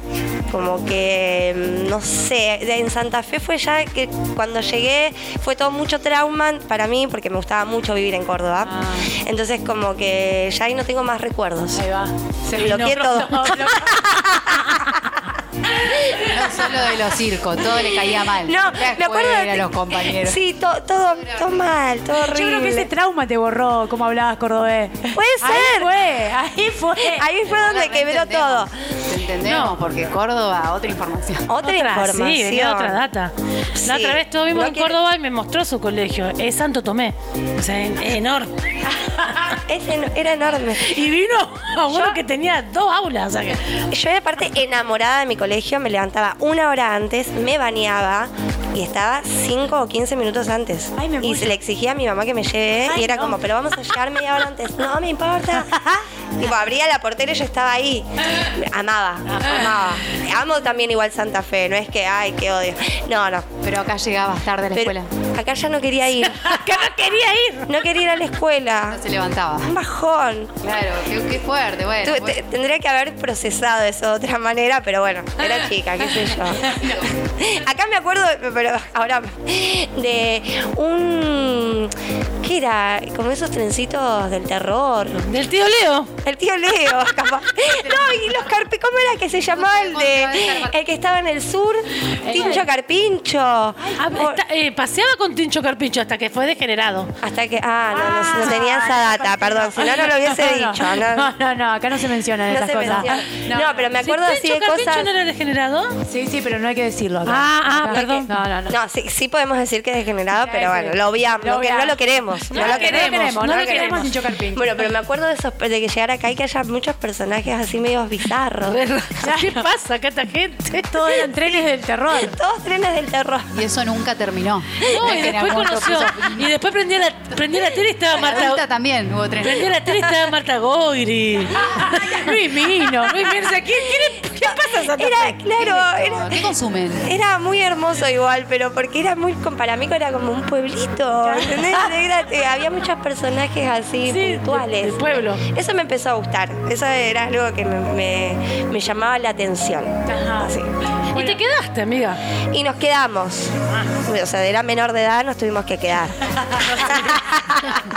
[SPEAKER 3] como que, mm, no sé, de- en Santa Fe fue ya que cuando llegué fue todo mucho trauma para mí porque me gustaba mucho vivir en Córdoba.
[SPEAKER 2] Ah.
[SPEAKER 3] Entonces como que ya ahí no tengo más recuerdos.
[SPEAKER 2] Ahí va. Se
[SPEAKER 3] Bloqueé
[SPEAKER 2] vino.
[SPEAKER 3] todo.
[SPEAKER 4] No solo de los circos, todo le caía mal.
[SPEAKER 3] No,
[SPEAKER 4] La
[SPEAKER 3] me acuerdo de-
[SPEAKER 4] escuela, los compañeros.
[SPEAKER 3] Sí, to- todo, todo mal, todo horrible.
[SPEAKER 2] Yo creo que ese trauma te borró como hablabas cordobés.
[SPEAKER 3] Puede ser.
[SPEAKER 2] Ahí fue, ahí fue.
[SPEAKER 3] Ahí fue donde
[SPEAKER 4] Claramente
[SPEAKER 3] quebró todo.
[SPEAKER 4] entendemos. Entendemos, porque Córdoba, otra información.
[SPEAKER 3] Otra, información.
[SPEAKER 1] Sí, venía otra data. La
[SPEAKER 3] Sí.
[SPEAKER 1] otra vez estuvimos
[SPEAKER 3] No
[SPEAKER 1] en
[SPEAKER 3] quiere-
[SPEAKER 1] Córdoba y me mostró su colegio. Es Santo Tomé. O sea, en- es enorme.
[SPEAKER 3] Es en- era enorme.
[SPEAKER 1] Y vino a uno que tenía dos aulas. O sea que-
[SPEAKER 3] Yo aparte enamorada de mi colegio, me levantaba una hora antes, me bañaba y estaba 5 o 15 minutos antes.
[SPEAKER 2] Ay, me
[SPEAKER 3] y
[SPEAKER 2] muero.
[SPEAKER 3] se le exigía a mi mamá que me lleve
[SPEAKER 2] Ay,
[SPEAKER 3] y era
[SPEAKER 2] no.
[SPEAKER 3] como, pero vamos a llegar media hora antes. No me
[SPEAKER 2] *laughs*
[SPEAKER 3] importa. Tipo, abría la portera y yo estaba ahí. Amaba, amaba.
[SPEAKER 2] *gasps*
[SPEAKER 3] Amo también igual Santa Fe, no es que, ay, qué odio. No, no.
[SPEAKER 4] Pero acá llegabas tarde a la
[SPEAKER 3] Pero
[SPEAKER 4] escuela.
[SPEAKER 3] acá ya no
[SPEAKER 1] *laughs*
[SPEAKER 3] quería ir.
[SPEAKER 1] que no quería ir.
[SPEAKER 3] No quería ir a la escuela.
[SPEAKER 4] No se levantaba.
[SPEAKER 3] Un bajón.
[SPEAKER 4] Claro, qué, qué fuerte, bueno.
[SPEAKER 3] Tu- te-
[SPEAKER 4] bueno.
[SPEAKER 3] tendría que haber procesado eso de otra manera, pero bueno,
[SPEAKER 1] *laughs*
[SPEAKER 3] era chica, qué sé yo. Acá me acuerdo, pero ahora, de un. ¿Qué era? Como esos trencitos del terror.
[SPEAKER 1] Del tío Leo.
[SPEAKER 3] El tío Leo, *laughs* capaz. No, y los carpi, ¿cómo era que se llamaba el de. El que estaba en el sur? Tincho Carpincho.
[SPEAKER 1] Ah, está- eh, paseaba con Tincho Carpincho hasta que fue degenerado.
[SPEAKER 3] Hasta que. Ah, no, no, no tenía esa data, perdón, si no, no lo hubiese
[SPEAKER 2] *laughs* No,
[SPEAKER 3] dicho.
[SPEAKER 2] No,
[SPEAKER 3] No,
[SPEAKER 2] no, no, acá no se mencionan
[SPEAKER 3] no
[SPEAKER 2] esas
[SPEAKER 3] se
[SPEAKER 2] cosas.
[SPEAKER 3] menciona. No, pero me acuerdo
[SPEAKER 1] Si
[SPEAKER 3] así de
[SPEAKER 1] Tincho Carpincho
[SPEAKER 3] cosas.
[SPEAKER 1] no era
[SPEAKER 3] *laughs*
[SPEAKER 1] degenerado?
[SPEAKER 2] Sí, sí, pero no hay que decirlo acá.
[SPEAKER 1] Ah, ah,
[SPEAKER 2] Acá.
[SPEAKER 1] perdón.
[SPEAKER 2] No, no, no.
[SPEAKER 3] No, sí, sí podemos decir que es degenerado,
[SPEAKER 2] Sí,
[SPEAKER 3] pero
[SPEAKER 2] sí.
[SPEAKER 3] bueno, lo obviamos,
[SPEAKER 2] Lo
[SPEAKER 3] no, que- no
[SPEAKER 2] obviamos.
[SPEAKER 3] lo queremos.
[SPEAKER 1] No lo queremos, no lo queremos
[SPEAKER 2] ni chocar pincho.
[SPEAKER 3] Bueno, pero me acuerdo de, esos, de que llegara acá y que haya muchos personajes así medios bizarros.
[SPEAKER 1] ¿Qué pasa acá esta gente?
[SPEAKER 2] Todos eran trenes del terror.
[SPEAKER 3] Todos trenes del terror.
[SPEAKER 4] Y eso nunca terminó.
[SPEAKER 1] No,
[SPEAKER 4] *laughs*
[SPEAKER 1] y después conoció. Y después prendí la, prendí la tele y estaba
[SPEAKER 4] Marta
[SPEAKER 1] Marta.
[SPEAKER 4] también hubo tres.
[SPEAKER 1] Prendí la tele y estaba Marta Goyri.
[SPEAKER 2] Luis Mino.
[SPEAKER 1] Luis Mirza, ¿qué, qué, qué pasa, Santa
[SPEAKER 3] Era,
[SPEAKER 1] Fe?
[SPEAKER 3] claro, era,
[SPEAKER 4] ¿Qué consumen?
[SPEAKER 3] era muy hermoso igual, pero porque era muy, com- para mí era como un pueblito,
[SPEAKER 4] *laughs*
[SPEAKER 3] ¿entendés? Era- eh, había muchos personajes así
[SPEAKER 1] Sí,
[SPEAKER 3] puntuales.
[SPEAKER 1] del pueblo.
[SPEAKER 3] Eso me empezó a gustar, eso era algo que me, me- me llamaba la atención.
[SPEAKER 2] Ajá.
[SPEAKER 3] Así.
[SPEAKER 1] Y te quedaste, amiga.
[SPEAKER 3] Y nos quedamos.
[SPEAKER 4] Ah.
[SPEAKER 3] O sea, era menor de edad, nos tuvimos que quedar.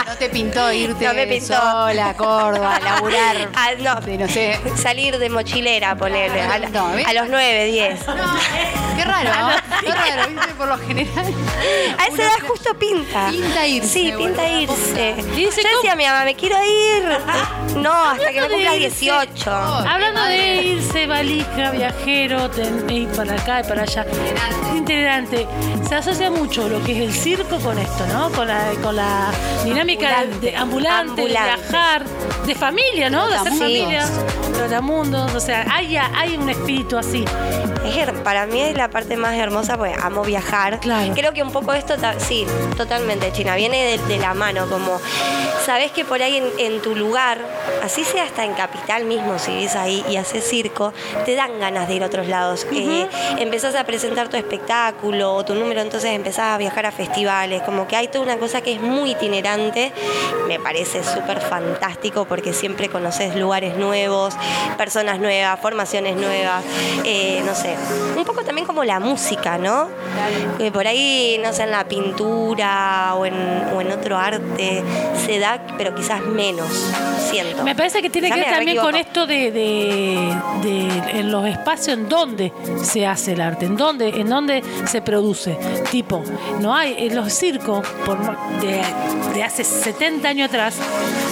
[SPEAKER 4] No te pintó irte
[SPEAKER 3] No me pintó.
[SPEAKER 4] sola a Córdoba, a *laughs* laburar.
[SPEAKER 3] *laughs* Ah, no.
[SPEAKER 4] de, no sé. Ah,
[SPEAKER 3] Salir de mochilera, ponerle. sé, a, la-
[SPEAKER 4] No, ¿ves?
[SPEAKER 3] a los 9, 10.
[SPEAKER 4] Qué raro, ¿no? qué raro, ¿viste? Por lo general.
[SPEAKER 3] A esa edad justo pinta.
[SPEAKER 4] Pinta irse,
[SPEAKER 3] Sí, pinta
[SPEAKER 4] boluda,
[SPEAKER 3] irse.
[SPEAKER 4] posta.
[SPEAKER 1] Dice,
[SPEAKER 3] Yo decía a mi mamá, me quiero ir. No, hasta que no
[SPEAKER 1] Hablando de
[SPEAKER 3] cumplas
[SPEAKER 1] irse.
[SPEAKER 3] 18.
[SPEAKER 1] Hablando de irse, valija, viajero, ten- ir para acá y para allá. Integrante. Se asocia mucho lo que es el circo con esto, ¿no? Con la, con la dinámica
[SPEAKER 3] Ambulante.
[SPEAKER 1] de ambulante, de
[SPEAKER 3] Ambulante.
[SPEAKER 1] viajar, de familia, ¿no? De hacer
[SPEAKER 4] Trotamundos.
[SPEAKER 1] familia, trotamundos. O sea, hay, hay un espíritu así.
[SPEAKER 3] Es her- para mí es la parte más hermosa porque amo viajar.
[SPEAKER 1] Claro.
[SPEAKER 3] Creo que un poco esto, ta- sí, totalmente, China. Viene de, de la mano, como, sabes que por ahí en, en tu lugar, así sea hasta en capital mismo, si ves ahí y haces circo, te dan ganas de ir a otros lados. Eh, empezás a presentar tu espectáculo o tu número, entonces empezás a viajar a festivales. Como que hay toda una cosa que es muy itinerante. Me parece súper fantástico porque siempre conoces lugares nuevos, personas nuevas, formaciones nuevas. eh, no sé, un poco también como la música, ¿no? Que por ahí, no sé, en la pintura o en, o en otro arte se da, pero quizás menos, siento.
[SPEAKER 1] Me parece que tiene
[SPEAKER 3] Ya
[SPEAKER 1] que
[SPEAKER 3] me
[SPEAKER 1] ver también con
[SPEAKER 3] reequivoco.
[SPEAKER 1] esto de, de- de- en los espacios en donde se hace el arte, en donde, en donde se produce. Tipo, no hay, en los circos por, más- de, de hace 70 años atrás,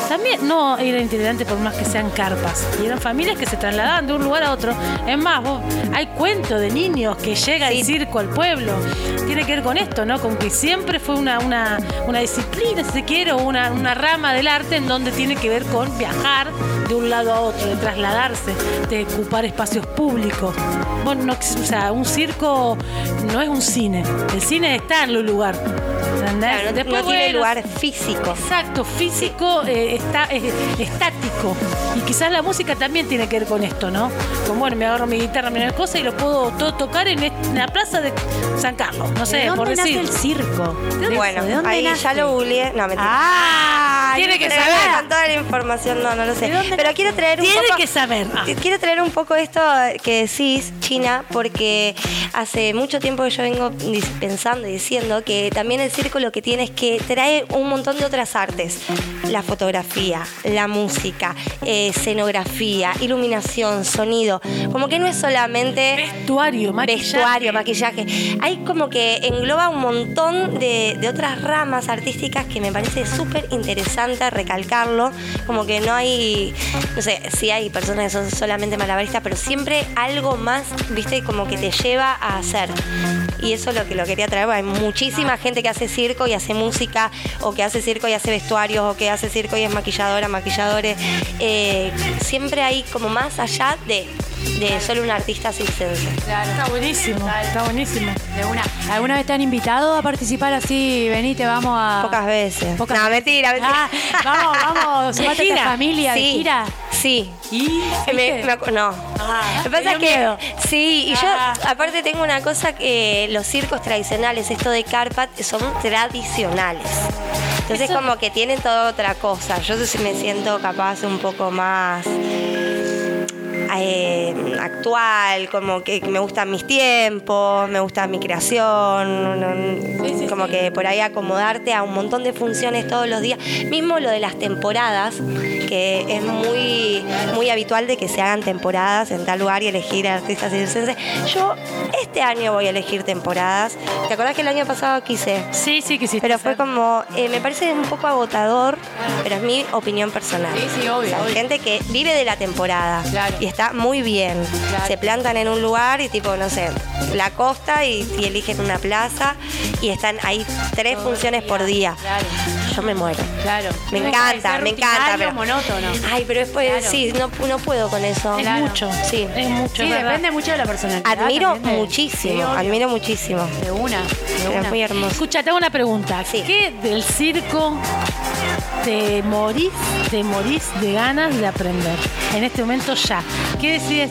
[SPEAKER 1] también no era integrante por más que sean carpas. Y eran familias que se trasladaban de un lugar a otro. Es más, vos- hay cuentos de niños que llega el
[SPEAKER 3] Sí.
[SPEAKER 1] circo al pueblo. Tiene que ver con esto, ¿no? Con que siempre fue una, una, una disciplina, si se quiere, o una, una rama del arte en donde tiene que ver con viajar de un lado a otro, de trasladarse, de ocupar espacios públicos. Bueno, no, ex- o sea, un circo no es un cine. El cine está en un lugar. ¿entendés?
[SPEAKER 3] Claro, no,
[SPEAKER 1] Después,
[SPEAKER 3] no tiene
[SPEAKER 1] bueno,
[SPEAKER 3] lugar físico.
[SPEAKER 1] Exacto, físico, eh, está, es- estático. Y quizás la música también tiene que ver con esto, ¿no? Como, bueno, me agarro mi guitarra, mi cosa y lo puedo todo tocar en, est- en la plaza de San Carlos, no sé,
[SPEAKER 2] ¿De dónde
[SPEAKER 1] por
[SPEAKER 2] nace
[SPEAKER 1] decir.
[SPEAKER 2] el circo?
[SPEAKER 3] Bueno,
[SPEAKER 2] ¿De dónde
[SPEAKER 3] ahí
[SPEAKER 2] nace?
[SPEAKER 3] ya lo googleé. No, mentira.
[SPEAKER 2] Ah,
[SPEAKER 1] Tiene que
[SPEAKER 3] Pero
[SPEAKER 1] saber.
[SPEAKER 3] no, Con toda la información, no, no lo sé.
[SPEAKER 2] ¿De dónde
[SPEAKER 3] Pero
[SPEAKER 2] nace?
[SPEAKER 3] quiero traer un
[SPEAKER 1] Tiene
[SPEAKER 3] poco...
[SPEAKER 1] que saber. Ah,
[SPEAKER 3] Te- Quiero traer un poco esto que decís, China, porque hace mucho tiempo que yo vengo dis- pensando y diciendo que también el circo lo que tiene es que trae un montón de otras artes. La fotografía, la música, eh, escenografía, iluminación, sonido. Como que no es solamente
[SPEAKER 1] vestuario, maquillaje.
[SPEAKER 3] vestuario, maquillaje. Hay como que engloba un montón de, de otras ramas artísticas que me parece súper interesante recalcarlo. Como que no hay, no sé, sí hay personas que son solamente malabaristas, pero siempre algo más, viste, como que te lleva a hacer. Y eso es lo que lo quería traer. porque Hay muchísima gente que hace circo y hace música, o que hace circo y hace vestuarios, o que hace circo y es maquilladora, maquilladores. Eh, siempre hay como más allá de, de solo un artista circense.
[SPEAKER 1] Está buenísimo, está buenísimo.
[SPEAKER 2] De una. ¿Alguna vez te han invitado a participar así? Venite, vamos a.
[SPEAKER 3] Pocas veces.
[SPEAKER 2] Ah, Pocas
[SPEAKER 3] no,
[SPEAKER 2] veces.
[SPEAKER 3] mentira, mentira.
[SPEAKER 2] Ah,
[SPEAKER 3] *laughs*
[SPEAKER 2] vamos, vamos, sumate a
[SPEAKER 1] gira.
[SPEAKER 2] tu familia, de
[SPEAKER 3] sí,
[SPEAKER 2] gira. Ah,
[SPEAKER 3] Sí.
[SPEAKER 2] Y.
[SPEAKER 3] Me- me acu- no. Lo que pasa es que. Sí, y
[SPEAKER 2] Ah.
[SPEAKER 3] yo, aparte, tengo una cosa que los circos tradicionales, esto de Carpat, son tradicionales. Entonces,
[SPEAKER 1] Eso-
[SPEAKER 3] como que tienen toda otra cosa. Yo sí me siento capaz un poco más. eh, actual, como que me gustan mis tiempos, me gusta mi creación, no- no-
[SPEAKER 1] Sí, sí,
[SPEAKER 3] como
[SPEAKER 1] sí.
[SPEAKER 3] que por ahí acomodarte a un montón de funciones todos los días. Mismo lo de las temporadas, que es muy, muy habitual de que se hagan temporadas en tal lugar y elegir artistas circenses. Yo este año voy a elegir temporadas. ¿Te acordás que el año pasado quise?
[SPEAKER 1] Sí, sí, que sí.
[SPEAKER 3] Pero fue como, eh, me parece un poco agotador, pero es mi opinión personal.
[SPEAKER 2] Sí, sí, obvio,
[SPEAKER 3] O sea, hay
[SPEAKER 2] obvio.
[SPEAKER 3] gente que vive de la temporada
[SPEAKER 2] Claro.
[SPEAKER 3] y está muy bien.
[SPEAKER 2] Claro.
[SPEAKER 3] Se plantan en un lugar y tipo, no sé, la costa y, y eligen una plaza y están ahí tres funciones por día.
[SPEAKER 2] Claro,
[SPEAKER 3] Yo me muero.
[SPEAKER 2] claro.
[SPEAKER 3] Me encanta,
[SPEAKER 2] Ser
[SPEAKER 3] me encanta,
[SPEAKER 2] rutinario,
[SPEAKER 3] pero-
[SPEAKER 2] monótono.
[SPEAKER 3] Ay, pero después,
[SPEAKER 2] Claro.
[SPEAKER 3] sí, no, no puedo con eso.
[SPEAKER 1] Es
[SPEAKER 2] Claro.
[SPEAKER 1] mucho,
[SPEAKER 3] Sí.
[SPEAKER 1] es mucho.
[SPEAKER 2] Sí,
[SPEAKER 1] es verdad.
[SPEAKER 2] depende mucho de la personalidad.
[SPEAKER 3] Admiro
[SPEAKER 2] también de- Sí,
[SPEAKER 3] muchísimo,
[SPEAKER 2] obvio.
[SPEAKER 3] admiro muchísimo.
[SPEAKER 2] De una, de
[SPEAKER 3] Es
[SPEAKER 2] una.
[SPEAKER 3] muy
[SPEAKER 2] *laughs*
[SPEAKER 3] hermoso.
[SPEAKER 1] Escucha, te hago una pregunta.
[SPEAKER 3] Sí.
[SPEAKER 1] ¿Qué del circo te morís, te morís de ganas de aprender? En este momento ya. ¿Qué decides?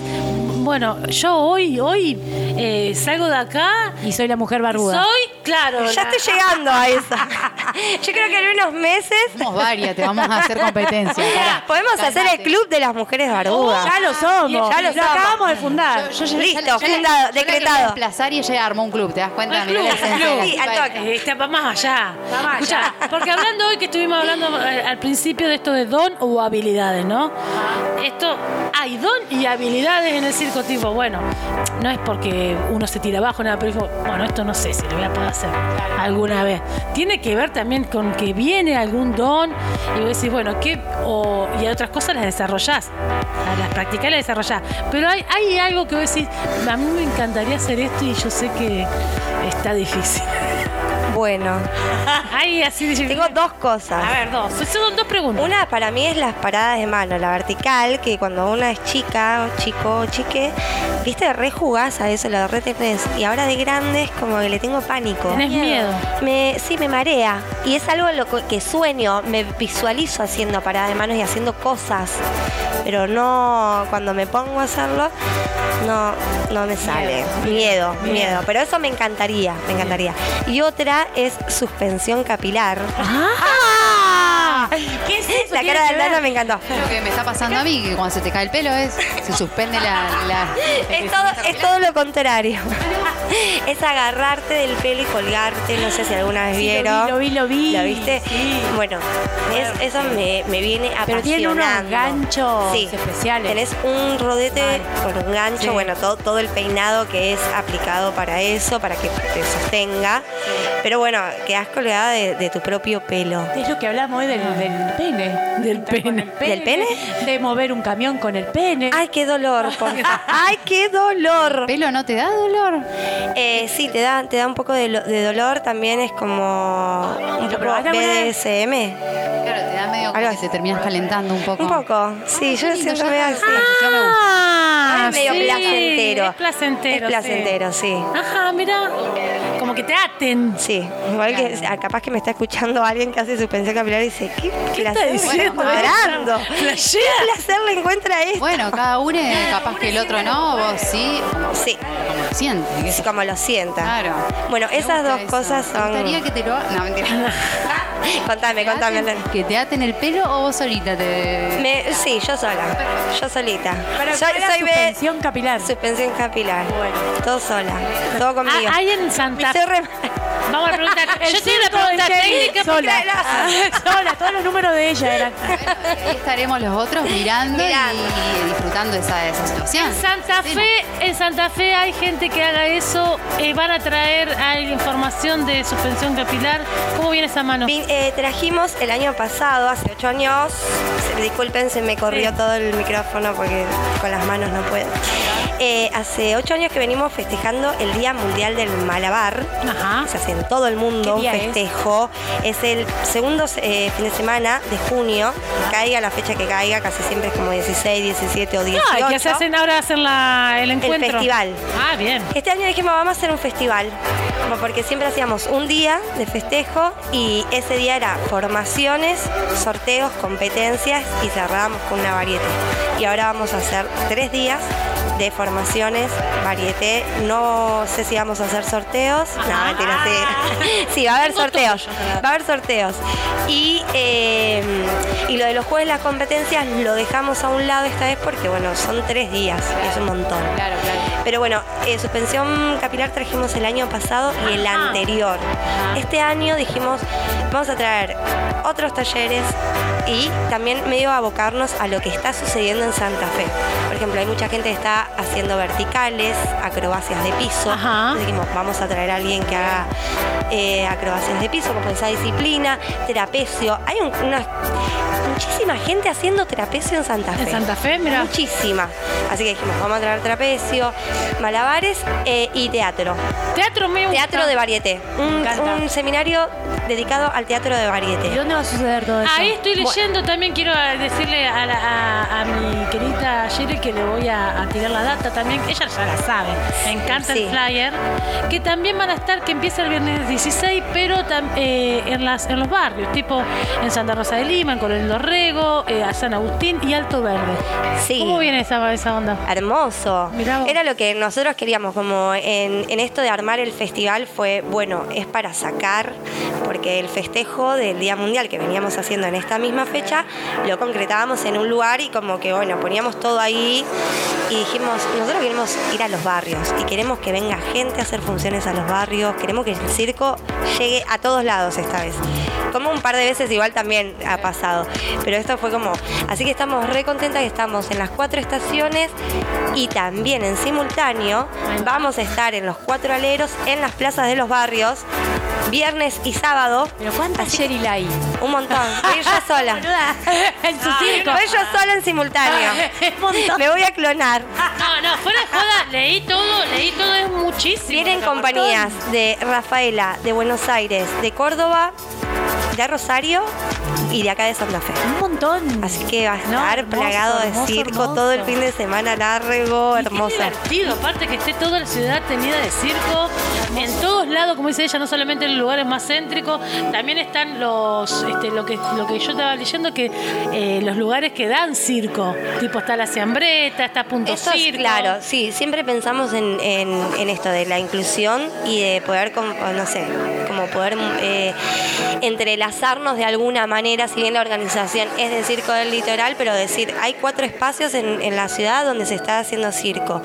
[SPEAKER 1] Bueno, yo hoy, hoy eh, salgo de acá.
[SPEAKER 2] Y soy la mujer barbuda.
[SPEAKER 1] Soy, claro.
[SPEAKER 3] Ya
[SPEAKER 1] la-
[SPEAKER 3] estoy llegando a eso.
[SPEAKER 2] *laughs*
[SPEAKER 3] Yo creo que en unos meses
[SPEAKER 4] Somos varias, te vamos a hacer competencia. pará.
[SPEAKER 3] podemos hacer el
[SPEAKER 4] Calmate.
[SPEAKER 3] club de las mujeres barbudas.
[SPEAKER 2] Ya lo somos.
[SPEAKER 3] Ya lo somos.
[SPEAKER 2] acabamos de fundar.
[SPEAKER 4] Yo- yo- yo-
[SPEAKER 3] Listo,
[SPEAKER 4] yo la- yo
[SPEAKER 3] fundado,
[SPEAKER 4] la- yo la quería
[SPEAKER 3] decretado.
[SPEAKER 4] Desplazar y ella armó un club, ¿te das cuenta?
[SPEAKER 1] Un
[SPEAKER 4] Mirá la
[SPEAKER 1] club,
[SPEAKER 4] esencia
[SPEAKER 1] un
[SPEAKER 4] de la
[SPEAKER 3] club. Sí,
[SPEAKER 4] tipa
[SPEAKER 3] al
[SPEAKER 4] esta.
[SPEAKER 3] toque.
[SPEAKER 1] Eh, Está va más allá.
[SPEAKER 2] Va más
[SPEAKER 1] Escuchá, porque hablando hoy que estuvimos hablando eh, al principio de esto de don o habilidades, ¿no? Esto hay don y habilidades en el circo. poco tipo, bueno, no es porque uno se tira abajo, nada, pero dijo, bueno, esto no sé si lo voy a poder hacer alguna vez. Tiene que ver también con que viene algún don y vos decís, bueno, ¿qué? O, y hay otras cosas las desarrollás, las- las practicás y las desarrollás. Pero hay, hay algo que vos decís, a mí me encantaría hacer esto y yo sé que está difícil.
[SPEAKER 3] Bueno,
[SPEAKER 1] *laughs* Hay así de-
[SPEAKER 3] tengo dos cosas.
[SPEAKER 1] A ver, dos. Esas son dos preguntas.
[SPEAKER 3] Una para mí es las paradas de mano, la vertical, que cuando una es chica, o chico, o chique, viste, re jugás a eso, lo re tenés. Y ahora de grande es como que le tengo pánico.
[SPEAKER 1] Tenés miedo.
[SPEAKER 3] Me, sí, me marea. Y es algo en lo co- que sueño, me visualizo haciendo paradas de manos y haciendo cosas. Pero no, cuando me pongo a hacerlo, no, no me sale. Miedo, miedo, Pero eso me encantaría, me encantaría. Y otra es suspensión capilar.
[SPEAKER 1] ¿Qué es eso?
[SPEAKER 3] La
[SPEAKER 1] ¿Tiene
[SPEAKER 3] cara
[SPEAKER 1] que
[SPEAKER 3] de
[SPEAKER 1] ver?
[SPEAKER 3] Dana me encantó.
[SPEAKER 4] Lo que me está pasando a mí, que cuando se te cae el pelo es, se suspende la... la-
[SPEAKER 3] Es todo, es todo lo *laughs* contrario. es agarrarte del pelo y colgarte. No sé si alguna vez
[SPEAKER 1] Sí, lo
[SPEAKER 3] vieron.
[SPEAKER 1] vi, lo vi, lo vi.
[SPEAKER 3] viste?
[SPEAKER 1] Sí.
[SPEAKER 3] Bueno, es- eso me, me viene apasionando.
[SPEAKER 2] Pero tiene unos ganchos
[SPEAKER 3] Sí.
[SPEAKER 2] especiales.
[SPEAKER 3] Tenés un rodete con un gancho.
[SPEAKER 2] Sí.
[SPEAKER 3] Bueno, todo, todo el peinado que es aplicado para eso, para que te sostenga. Pero bueno, quedás colgada de, de tu propio pelo.
[SPEAKER 2] Es lo que hablamos hoy del, del pene.
[SPEAKER 1] Del
[SPEAKER 2] Está con el
[SPEAKER 3] ¿Del pene?
[SPEAKER 2] De mover un camión con el pene.
[SPEAKER 3] ¡Ay, qué dolor! por- ¡Ay, qué dolor!
[SPEAKER 4] ¿Pelo no te da dolor?
[SPEAKER 3] Eh, sí, te da, te da un poco de, lo- de dolor, también es como un poco
[SPEAKER 2] probaste alguna vez?
[SPEAKER 3] BDSM.
[SPEAKER 4] Claro, te da medio como
[SPEAKER 3] Algo
[SPEAKER 4] que
[SPEAKER 3] así.
[SPEAKER 4] te terminas calentando un poco.
[SPEAKER 3] Un poco,
[SPEAKER 4] Ah,
[SPEAKER 3] sí, yo lo siento medio así.
[SPEAKER 4] Yo me gusta.
[SPEAKER 1] Ah,
[SPEAKER 3] Es medio
[SPEAKER 1] sí,
[SPEAKER 3] placentero.
[SPEAKER 1] Es placentero.
[SPEAKER 3] Es placentero, sí.
[SPEAKER 1] sí. Ajá, mira. Como que te aten.
[SPEAKER 3] Sí, igual que ah, capaz que me está escuchando alguien que hace suspensión capilar y dice, ¿qué,
[SPEAKER 1] ¿Qué está
[SPEAKER 3] placer me
[SPEAKER 1] diciendo?
[SPEAKER 3] está dando?
[SPEAKER 1] Flashea.
[SPEAKER 3] ¿Qué placer le encuentra a esto?
[SPEAKER 4] Bueno, cada uno, es- capaz que el otro no, vos sí, como
[SPEAKER 3] Sí,
[SPEAKER 4] lo sientes. qué sé
[SPEAKER 3] es
[SPEAKER 4] yo.
[SPEAKER 3] como lo sienta.
[SPEAKER 4] Claro.
[SPEAKER 3] Bueno,
[SPEAKER 4] Me
[SPEAKER 3] esas
[SPEAKER 4] gusta
[SPEAKER 3] dos
[SPEAKER 4] eso.
[SPEAKER 3] cosas
[SPEAKER 4] Me
[SPEAKER 3] son...
[SPEAKER 4] gustaría que te lo... No, mentira.
[SPEAKER 3] *laughs* Contame, contame.
[SPEAKER 4] ¿Te
[SPEAKER 3] Elena.
[SPEAKER 4] aten- ¿Que te aten el pelo o vos solita te...?
[SPEAKER 3] Me- sí, yo sola, yo solita. Soy,
[SPEAKER 2] para
[SPEAKER 3] soy B-
[SPEAKER 2] suspensión capilar.
[SPEAKER 3] suspensión capilar.
[SPEAKER 2] Bueno.
[SPEAKER 3] Todo sola, todo conmigo.
[SPEAKER 1] Ah, hay en Santa
[SPEAKER 3] Soy
[SPEAKER 1] Fe.
[SPEAKER 3] re-
[SPEAKER 1] Vamos a
[SPEAKER 3] *laughs*
[SPEAKER 1] preguntar. Yo tengo una pregunta técnica porque
[SPEAKER 2] sola. Ah,
[SPEAKER 1] la-
[SPEAKER 2] sola, todos los números de ella eran.
[SPEAKER 4] Ahí estaremos los otros mirando, y-
[SPEAKER 3] Mirando.
[SPEAKER 4] Y, disfrutando esa, esa situación.
[SPEAKER 1] en Santa
[SPEAKER 4] Sí,
[SPEAKER 1] Fe, en Santa Fe hay gente que haga eso. Eh, van a traer hay información de suspensión capilar. ¿Cómo viene esa mano?
[SPEAKER 3] Vin- eh, trajimos el año pasado, hace ocho años, se- disculpen, se me corrió
[SPEAKER 1] Sí.
[SPEAKER 3] todo el micrófono porque con las manos no puedo. Eh, hace ocho años que venimos festejando el Día Mundial del Malabar.
[SPEAKER 1] Ajá.
[SPEAKER 3] Se hace en todo el mundo
[SPEAKER 2] ¿Qué
[SPEAKER 3] un
[SPEAKER 2] día es?
[SPEAKER 3] festejo. Es, el segundo eh, fin de semana de junio. Caiga la fecha que caiga, casi siempre es como 16, 17 o 18.
[SPEAKER 1] Ah, que se hacen ahora hacen la, el encuentro.
[SPEAKER 3] festival.
[SPEAKER 1] Ah, bien.
[SPEAKER 3] Este año dijimos, vamos a hacer un festival, como porque siempre hacíamos un día de festejo y ese día era formaciones, sorteos, competencias y cerrábamos con una varieté. Y ahora vamos a hacer tres días de formaciones, varieté, no sé si vamos a hacer sorteos, no, mentira, sí. *laughs* Sí, va a haber sorteos, va a haber sorteos. Y, eh, y lo de los juegos, las competencias, lo dejamos a un lado esta vez porque, bueno, son tres días, es un montón.
[SPEAKER 4] Claro, claro.
[SPEAKER 3] Pero bueno, eh, suspensión capilar trajimos el año pasado y el
[SPEAKER 1] Ajá.
[SPEAKER 3] anterior. Este año dijimos, vamos a traer otros talleres y también medio abocarnos a lo que está sucediendo en Santa Fe. Por ejemplo, hay mucha gente que está haciendo verticales, acrobacias de piso.
[SPEAKER 1] Ajá.
[SPEAKER 3] Entonces dijimos, vamos a traer a alguien que haga eh, acrobacias de piso, como esa disciplina, terapecio. Hay un- una- muchísima gente haciendo terapecio en Santa Fe.
[SPEAKER 1] En Santa Fe, mira.
[SPEAKER 3] Muchísima. Así que dijimos, vamos a traer trapecio, malabares eh, y teatro.
[SPEAKER 1] Teatro me gusta.
[SPEAKER 3] Teatro de varieté. Un,
[SPEAKER 2] encanta.
[SPEAKER 3] un seminario dedicado al teatro de
[SPEAKER 2] ¿Y
[SPEAKER 3] varieté.
[SPEAKER 2] dónde va a suceder todo eso?
[SPEAKER 1] Ahí estoy leyendo, también quiero eh, decirle a, la- a- a mi querida Sherry que le voy a, a tirar la data también, ella ya la sabe, me encanta
[SPEAKER 3] Sí.
[SPEAKER 1] el flyer, que también van a estar, que empieza el viernes 16, pero tam- eh, en, las, en los barrios, tipo en Santa Rosa de Lima, en Coronel Dorrego, eh, a San Agustín y Alto Verde.
[SPEAKER 3] Sí.
[SPEAKER 1] ¿Cómo viene esa, esa onda?
[SPEAKER 3] Hermoso.
[SPEAKER 1] Mirá vos.
[SPEAKER 3] Era lo que nosotros queríamos, como en, en esto de armar el festival fue, bueno, es para sacar, porque el festejo del Día Mundial que veníamos haciendo en esta misma fecha, lo concretábamos en un lugar y como que, bueno, poníamos todo ahí y dijimos, nosotros queremos ir a los barrios y queremos que venga gente a hacer funciones a los barrios, queremos que el circo llegue a todos lados esta vez. como un par de veces igual también ha pasado. Pero esto fue como. Así que estamos re contentas que estamos en las cuatro estaciones y también en simultáneo vamos a estar en los cuatro aleros, en las plazas de los barrios, viernes y sábado.
[SPEAKER 2] Pero ¿cuántas
[SPEAKER 3] Así que-
[SPEAKER 2] Cheryl hay?
[SPEAKER 3] Un montón. Voy yo sola. Ah,
[SPEAKER 2] Boluda, en su circo.
[SPEAKER 3] Voy yo sola en simultáneo.
[SPEAKER 1] Ah, *laughs*
[SPEAKER 2] Es un montón.
[SPEAKER 3] Me voy a clonar.
[SPEAKER 1] No, no, fuera de joda, leí todo, leí todo, es muchísimo.
[SPEAKER 3] Vienen
[SPEAKER 1] Roberto.
[SPEAKER 3] compañías de Rafaela, de Buenos Aires, de Córdoba, de Rosario y de acá de Santa Fe.
[SPEAKER 2] Un montón.
[SPEAKER 3] Así que va a
[SPEAKER 2] No,
[SPEAKER 3] estar
[SPEAKER 2] hermoso,
[SPEAKER 3] plagado de
[SPEAKER 2] hermoso,
[SPEAKER 3] circo
[SPEAKER 2] hermoso.
[SPEAKER 3] todo el fin de semana largo,
[SPEAKER 1] Y qué
[SPEAKER 3] hermoso.
[SPEAKER 1] divertido, aparte que esté toda la ciudad tenida de circo, en todos lados, como dice ella, no solamente en los lugares más céntricos, también están los, este, lo que lo que yo estaba leyendo, que eh, los lugares que dan circo, tipo está la Ciambreta, está Punto
[SPEAKER 3] Eso es
[SPEAKER 1] Circo.
[SPEAKER 3] claro, sí, siempre pensamos en, en- en esto de la inclusión y de poder, com- o no sé, como poder eh, entrelazarnos de alguna manera, si bien la organización es de Circo del Litoral, pero decir, hay cuatro espacios en, en la ciudad donde se está haciendo circo.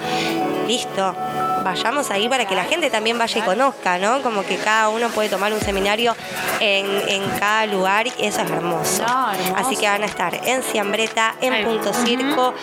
[SPEAKER 3] Listo, vayamos ahí para que la gente también vaya y conozca, ¿no? Como que cada uno puede tomar un seminario en, en cada lugar y eso es hermoso.
[SPEAKER 2] No, hermoso.
[SPEAKER 3] Así que van a estar en Ciambreta, en
[SPEAKER 1] Ahí.
[SPEAKER 3] Punto Circo,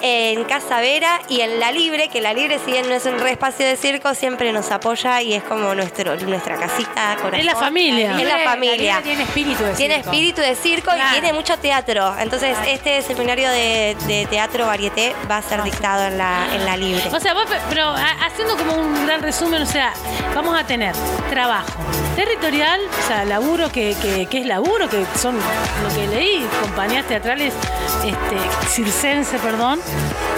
[SPEAKER 3] en Casa Vera y en La Libre, que La Libre, si bien no es un re espacio de circo, siempre nos apoya y es como nuestro, nuestra casita. Corazón.
[SPEAKER 1] Es la familia.
[SPEAKER 3] Es la
[SPEAKER 2] Libre
[SPEAKER 3] familia.
[SPEAKER 2] Tiene espíritu de
[SPEAKER 3] Tiene
[SPEAKER 2] circo.
[SPEAKER 3] espíritu de circo
[SPEAKER 2] Claro.
[SPEAKER 3] y tiene mucho teatro. Entonces, este seminario de, de teatro varieté va a ser dictado en la, en la libre.
[SPEAKER 1] O sea, vos, pe- pero a- haciendo como un gran resumen, o sea, vamos a tener trabajo territorial, o sea, laburo que, que- que es laburo, que son lo que leí, compañías teatrales, este, circense, perdón.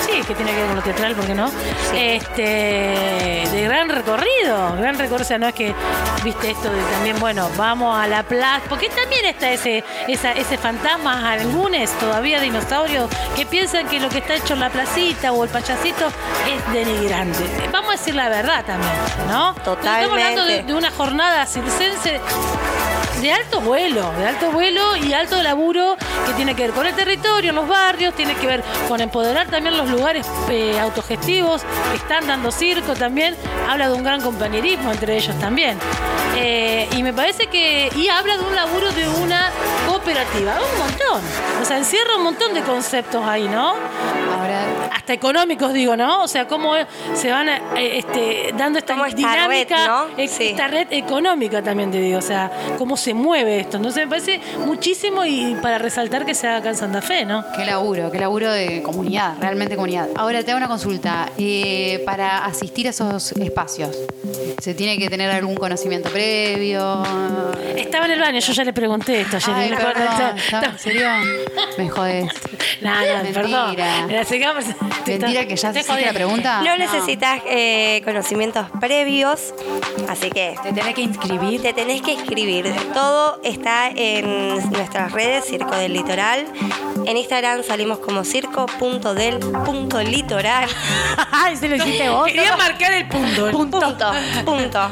[SPEAKER 1] Sí, que tiene que ver con lo teatral, ¿por qué no? Este, de gran recorrido, gran recorrido, o sea, no es que, viste esto de también, bueno, vamos a la plaza, porque también está ese, esa, ese fantasma, algunos todavía dinosaurios, que piensan que lo que está hecho en la placita o el payasito es denigrante. Vamos a decir la verdad también, ¿no? Estamos hablando de,
[SPEAKER 3] Totalmente.
[SPEAKER 1] de una jornada circense de alto vuelo, de alto vuelo y alto laburo que tiene que ver con el territorio, los barrios, tiene que ver con empoderar también los lugares eh, autogestivos que están dando circo también. Habla de un gran compañerismo entre ellos también. Eh, y me parece que. Y habla de un laburo de una cooperativa. Un montón. O sea, encierra un montón de conceptos ahí, ¿no?
[SPEAKER 4] Ahora,
[SPEAKER 1] hasta económicos digo, ¿no? O sea, cómo se van eh, este, dando esta
[SPEAKER 3] Como esta
[SPEAKER 1] dinámica,
[SPEAKER 3] red, ¿no?
[SPEAKER 1] ex-
[SPEAKER 3] Sí.
[SPEAKER 1] esta red económica también te digo, o sea, cómo se mueve esto. Entonces me parece muchísimo y para resaltar que se haga acá en Santa Fe, ¿no?
[SPEAKER 4] qué laburo, qué laburo de comunidad, realmente comunidad. Ahora te hago una consulta. eh, para asistir a esos espacios, ¿se tiene que tener algún conocimiento previo?
[SPEAKER 1] Estaba en el baño, yo ya le pregunté esto ayer.
[SPEAKER 4] Ay,
[SPEAKER 1] me acuerdo,
[SPEAKER 4] perdón,
[SPEAKER 1] está-
[SPEAKER 4] estaba- ¿en serio? Me jodés.
[SPEAKER 1] No, no,
[SPEAKER 4] Mentira.
[SPEAKER 1] perdón. Mira, sigamos.
[SPEAKER 4] Mentira que ya
[SPEAKER 1] Te
[SPEAKER 4] se hiciste
[SPEAKER 1] jodí.
[SPEAKER 4] la pregunta.
[SPEAKER 3] No necesitas eh, conocimientos previos, así que
[SPEAKER 2] Te tenés que inscribir.
[SPEAKER 3] Te tenés que escribir. Todo está en nuestras redes, Circo del Litoral. En Instagram salimos como circo.del.litoral.
[SPEAKER 2] *laughs* Ay, se lo hiciste vos.
[SPEAKER 1] Quería marcar el punto.
[SPEAKER 3] Punto. Punto. Punto.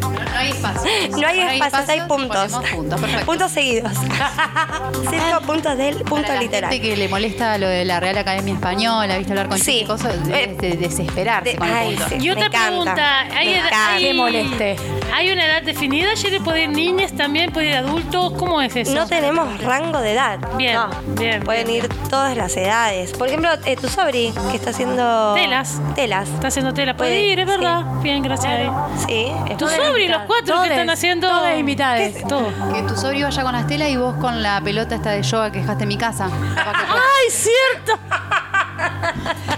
[SPEAKER 4] No hay espacios.
[SPEAKER 3] *laughs* No hay espacios, hay puntos.
[SPEAKER 4] ponemos puntos, perfecto.
[SPEAKER 3] Puntos
[SPEAKER 4] *laughs*
[SPEAKER 3] seguidos.
[SPEAKER 4] Para La
[SPEAKER 3] Circo.del.litoral.
[SPEAKER 4] gente que le molesta lo de la Real Academia Española, viste hablar con
[SPEAKER 3] Sí. Eh,
[SPEAKER 4] chicos, de, de- desesperarse
[SPEAKER 3] De-
[SPEAKER 4] con los
[SPEAKER 3] ay,
[SPEAKER 4] puntos.
[SPEAKER 3] sí,
[SPEAKER 1] Y
[SPEAKER 3] me
[SPEAKER 1] otra
[SPEAKER 3] encanta,
[SPEAKER 1] pregunta, ¿hay,
[SPEAKER 3] me
[SPEAKER 1] edad-
[SPEAKER 3] encanta.
[SPEAKER 1] hay-
[SPEAKER 2] Que moleste.
[SPEAKER 1] ¿hay una edad definida? ¿Ayer puede ir niñas también? ¿Puede ir adultos? ¿Cómo es eso?
[SPEAKER 3] No tenemos rango de edad.
[SPEAKER 1] Bien,
[SPEAKER 3] No.
[SPEAKER 1] bien,
[SPEAKER 3] Pueden ir todas las edades. Por ejemplo, eh, tu sobri, que está haciendo...
[SPEAKER 1] Telas.
[SPEAKER 3] Telas.
[SPEAKER 1] Está haciendo tela. Puede
[SPEAKER 3] Puede,
[SPEAKER 1] ir, es
[SPEAKER 3] sí.
[SPEAKER 1] verdad. Bien, gracias. a Dios.
[SPEAKER 3] Sí. es
[SPEAKER 1] Tu
[SPEAKER 3] muy-
[SPEAKER 1] sobre y los cuatro
[SPEAKER 2] Todes,
[SPEAKER 1] que están haciendo.
[SPEAKER 2] todas invitadas.
[SPEAKER 1] ¿Qué es? Todo.
[SPEAKER 4] Que tu sobrio vaya con las telas y vos con la pelota esta de yoga que dejaste en mi casa. Capaz que fue
[SPEAKER 3] *laughs*
[SPEAKER 1] ¡Ay, cierto!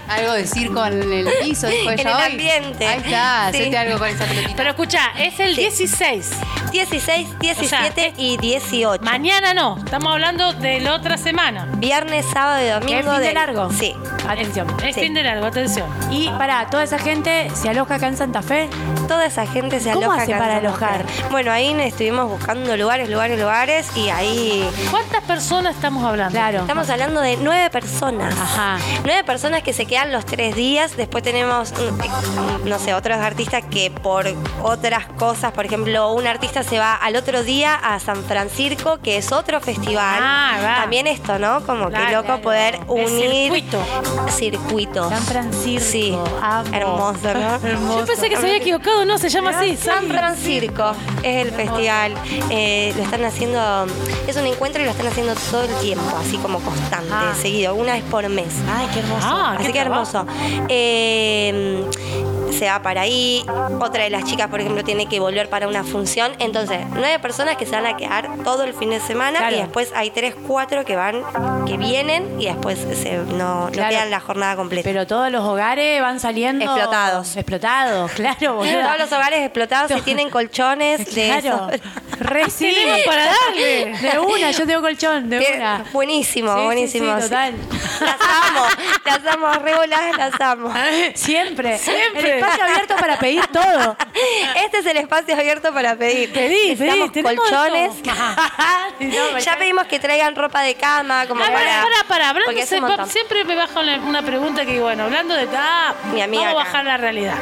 [SPEAKER 4] algo de circo en el piso, dijo
[SPEAKER 3] En
[SPEAKER 4] ella
[SPEAKER 3] el
[SPEAKER 4] hoy.
[SPEAKER 3] ambiente.
[SPEAKER 4] Ahí está,
[SPEAKER 3] Sí.
[SPEAKER 4] hacete algo con esa pelotita.
[SPEAKER 1] Pero escucha, es el
[SPEAKER 3] Sí.
[SPEAKER 1] 16.
[SPEAKER 3] 16, 17 y 18.
[SPEAKER 1] Mañana no. Estamos hablando de la otra semana.
[SPEAKER 3] Viernes, sábado y domingo.
[SPEAKER 2] Que es fin de
[SPEAKER 3] del-
[SPEAKER 2] largo.
[SPEAKER 3] Sí.
[SPEAKER 2] Atención.
[SPEAKER 1] Es
[SPEAKER 3] Sí.
[SPEAKER 1] fin de largo, atención.
[SPEAKER 2] Y para toda esa gente se aloja acá en Santa Fe.
[SPEAKER 3] Toda esa gente se
[SPEAKER 2] ¿Cómo
[SPEAKER 3] aloja.
[SPEAKER 2] hace
[SPEAKER 3] acá en
[SPEAKER 2] para
[SPEAKER 3] Santa Fe.
[SPEAKER 2] alojar?
[SPEAKER 3] Bueno, ahí estuvimos buscando lugares, lugares, lugares y ahí
[SPEAKER 1] ¿Cuántas personas estamos hablando?
[SPEAKER 2] Claro.
[SPEAKER 3] estamos hablando de nueve personas.
[SPEAKER 2] Ajá.
[SPEAKER 3] Nueve personas que se quedan los tres días. Después tenemos, mm, no sé, otros artistas que por otras cosas, por ejemplo, un artista se va al otro día a San Francisco, que es otro festival.
[SPEAKER 1] Ah, va.
[SPEAKER 3] También esto, ¿no? Como que
[SPEAKER 1] Claro,
[SPEAKER 3] loco
[SPEAKER 1] claro.
[SPEAKER 3] poder
[SPEAKER 1] El
[SPEAKER 3] unir
[SPEAKER 1] circuito.
[SPEAKER 3] circuitos.
[SPEAKER 2] San Francisco.
[SPEAKER 3] Sí,
[SPEAKER 2] amo.
[SPEAKER 3] hermoso, ¿no?
[SPEAKER 2] Hermoso.
[SPEAKER 1] Yo pensé que se había equivocado, no, se llama así.
[SPEAKER 3] San Francisco es el festival. eh, lo están haciendo, es un encuentro y lo están haciendo todo el tiempo, así como constante,
[SPEAKER 2] Ah.
[SPEAKER 3] seguido, una vez por mes.
[SPEAKER 2] Ay, qué hermoso.
[SPEAKER 1] Ah, qué
[SPEAKER 3] Así que
[SPEAKER 1] trabajo.
[SPEAKER 3] hermoso. Eh, se va para ahí. Otra de las chicas, por ejemplo, tiene que volver para una función. Entonces, nueve personas que se van a quedar todo el fin de semana
[SPEAKER 2] Claro.
[SPEAKER 3] y después hay tres, cuatro que van, que vienen y después se, no, no
[SPEAKER 2] Claro.
[SPEAKER 3] quedan la jornada completa.
[SPEAKER 2] Pero todos los hogares van saliendo.
[SPEAKER 3] Explotados.
[SPEAKER 2] Explotados,
[SPEAKER 3] *laughs*
[SPEAKER 2] claro, boludo.
[SPEAKER 3] Todos los hogares explotados y tienen colchones de
[SPEAKER 2] *laughs* Claro.
[SPEAKER 3] esos.
[SPEAKER 2] Re sí.
[SPEAKER 1] Tenemos para darle.
[SPEAKER 2] De una, yo tengo colchón, de
[SPEAKER 3] Bien,
[SPEAKER 2] una.
[SPEAKER 3] Buenísimo,
[SPEAKER 2] Sí, sí,
[SPEAKER 3] buenísimo.
[SPEAKER 2] sí, total.
[SPEAKER 3] Las amo, las amo, re voladas,
[SPEAKER 1] *laughs*
[SPEAKER 3] las amo.
[SPEAKER 2] Siempre.
[SPEAKER 1] Siempre.
[SPEAKER 2] El espacio abierto para pedir todo.
[SPEAKER 3] Este es el espacio abierto para pedir.
[SPEAKER 1] Pedí, pedí,
[SPEAKER 3] Necesitamos
[SPEAKER 1] tenemos *laughs*
[SPEAKER 3] colchones.
[SPEAKER 2] *laughs*
[SPEAKER 1] de todo.
[SPEAKER 3] *laughs* ya pedimos que traigan ropa de cama, como
[SPEAKER 1] Ah,
[SPEAKER 3] para,
[SPEAKER 1] para, para, para, hablando
[SPEAKER 3] porque es un
[SPEAKER 1] de-
[SPEAKER 3] montón.
[SPEAKER 1] siempre me baja una, una pregunta que, bueno, hablando de. Ah,
[SPEAKER 3] Mi amiga
[SPEAKER 1] vamos a
[SPEAKER 3] acá.
[SPEAKER 1] bajar la realidad.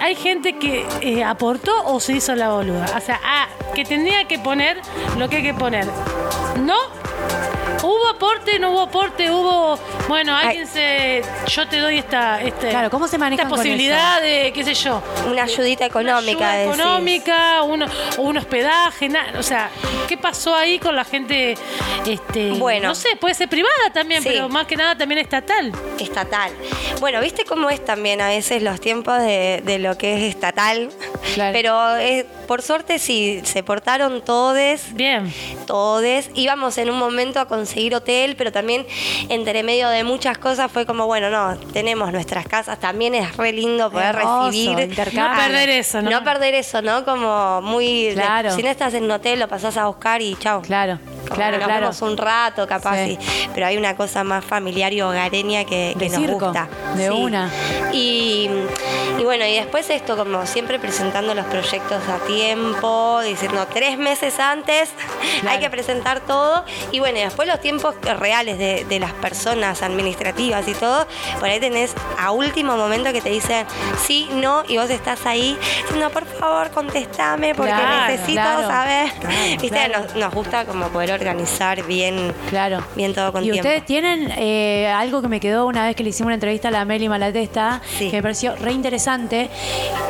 [SPEAKER 1] Hay gente que eh, aportó o se hizo la boluda. O sea, ah, que tenía que poner lo que hay que poner. ¿No? Hubo aporte, no hubo aporte, hubo. Bueno, alguien se. Yo te doy esta. Este,
[SPEAKER 2] Claro, ¿cómo se manejan
[SPEAKER 1] Esta
[SPEAKER 2] con
[SPEAKER 1] posibilidad de, qué sé yo.
[SPEAKER 3] Una ayudita económica.
[SPEAKER 1] ayuda
[SPEAKER 3] decís.
[SPEAKER 1] económica, uno, o un hospedaje, na- o sea, ¿qué pasó ahí con la gente? Este,
[SPEAKER 3] Bueno.
[SPEAKER 1] no sé, puede ser privada también,
[SPEAKER 3] Sí.
[SPEAKER 1] pero más que nada también estatal.
[SPEAKER 3] Estatal. Bueno, viste cómo es también a veces los tiempos de, de lo que es estatal.
[SPEAKER 2] Claro.
[SPEAKER 3] Pero eh, por suerte sí, se portaron todes.
[SPEAKER 1] Bien.
[SPEAKER 3] todes. Íbamos en un momento a conseguir hotel, pero también entre medio de muchas cosas fue como, bueno, no, tenemos nuestras casas, también es re lindo poder
[SPEAKER 2] Hermoso,
[SPEAKER 3] recibir.
[SPEAKER 2] intercambio.
[SPEAKER 1] No perder eso, ¿no?
[SPEAKER 3] No perder eso, ¿no? Como muy...
[SPEAKER 2] Claro.
[SPEAKER 3] Si no estás en un hotel, lo pasás a buscar y chao.
[SPEAKER 2] Claro,
[SPEAKER 3] Como
[SPEAKER 2] claro,
[SPEAKER 3] nos
[SPEAKER 2] claro.
[SPEAKER 3] vemos un rato, capaz,
[SPEAKER 2] Sí.
[SPEAKER 3] sí. pero hay una cosa más familiar y hogareña que, que
[SPEAKER 2] De
[SPEAKER 3] nos
[SPEAKER 2] circo,
[SPEAKER 3] gusta.
[SPEAKER 2] de una.
[SPEAKER 3] Y, y bueno, y después esto, como siempre, presentando los proyectos a tiempo, diciendo tres meses antes *laughs* hay que presentar todo. Y bueno, y después los tiempos reales de, de las personas administrativas y todo, por ahí tenés a último momento que te dicen sí, no, y vos estás ahí diciendo, por favor, contestame, porque
[SPEAKER 2] Claro,
[SPEAKER 3] necesito
[SPEAKER 2] claro.
[SPEAKER 3] saber. Viste,
[SPEAKER 2] claro.
[SPEAKER 3] nos- nos gusta como poder organizar bien,
[SPEAKER 2] Claro.
[SPEAKER 3] bien todo con
[SPEAKER 2] y
[SPEAKER 3] tiempo.
[SPEAKER 2] ustedes tienen eh, algo que me quedó una vez que le hicimos una entrevista a la Meli Malatesta,
[SPEAKER 3] Sí.
[SPEAKER 2] que me pareció re interesante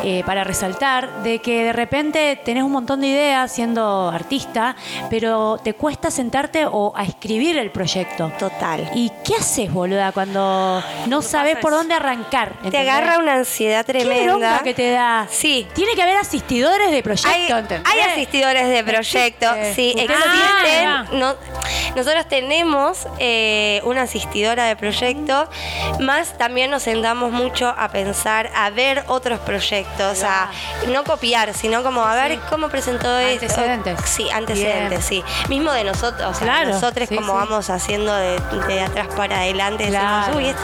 [SPEAKER 2] eh, para resaltar, de que de repente tenés un montón de ideas siendo artista, pero te cuesta sentarte o a escribir el proyecto.
[SPEAKER 3] Total.
[SPEAKER 2] ¿Y qué haces, boluda, cuando no sabes por dónde arrancar?
[SPEAKER 3] Te
[SPEAKER 2] ¿entendés?
[SPEAKER 3] agarra una ansiedad
[SPEAKER 2] ¿Qué
[SPEAKER 3] tremenda.
[SPEAKER 2] bronca que te da?
[SPEAKER 3] Sí.
[SPEAKER 2] Tiene que haber asistidores de proyecto,
[SPEAKER 3] Hay,
[SPEAKER 2] ¿entendés?
[SPEAKER 3] hay asistidores de proyecto,
[SPEAKER 2] Existe.
[SPEAKER 3] sí,
[SPEAKER 2] Ustedes
[SPEAKER 1] lo tienen. Ah,
[SPEAKER 3] existen. No- nosotros tenemos eh, una asistidora de proyecto, más también nos sentamos mucho a pensar, a ver otros proyectos, a no copiar, sino como a ver cómo presentó esto.
[SPEAKER 2] Antecedentes.
[SPEAKER 3] Sí, antecedentes, sí. Mismo de nosotros, o sea,
[SPEAKER 2] Claro,
[SPEAKER 3] nosotros
[SPEAKER 2] sí,
[SPEAKER 3] como
[SPEAKER 2] sí.
[SPEAKER 3] vamos haciendo de, de atrás para adelante, decimos,
[SPEAKER 2] Claro.
[SPEAKER 3] uy, este-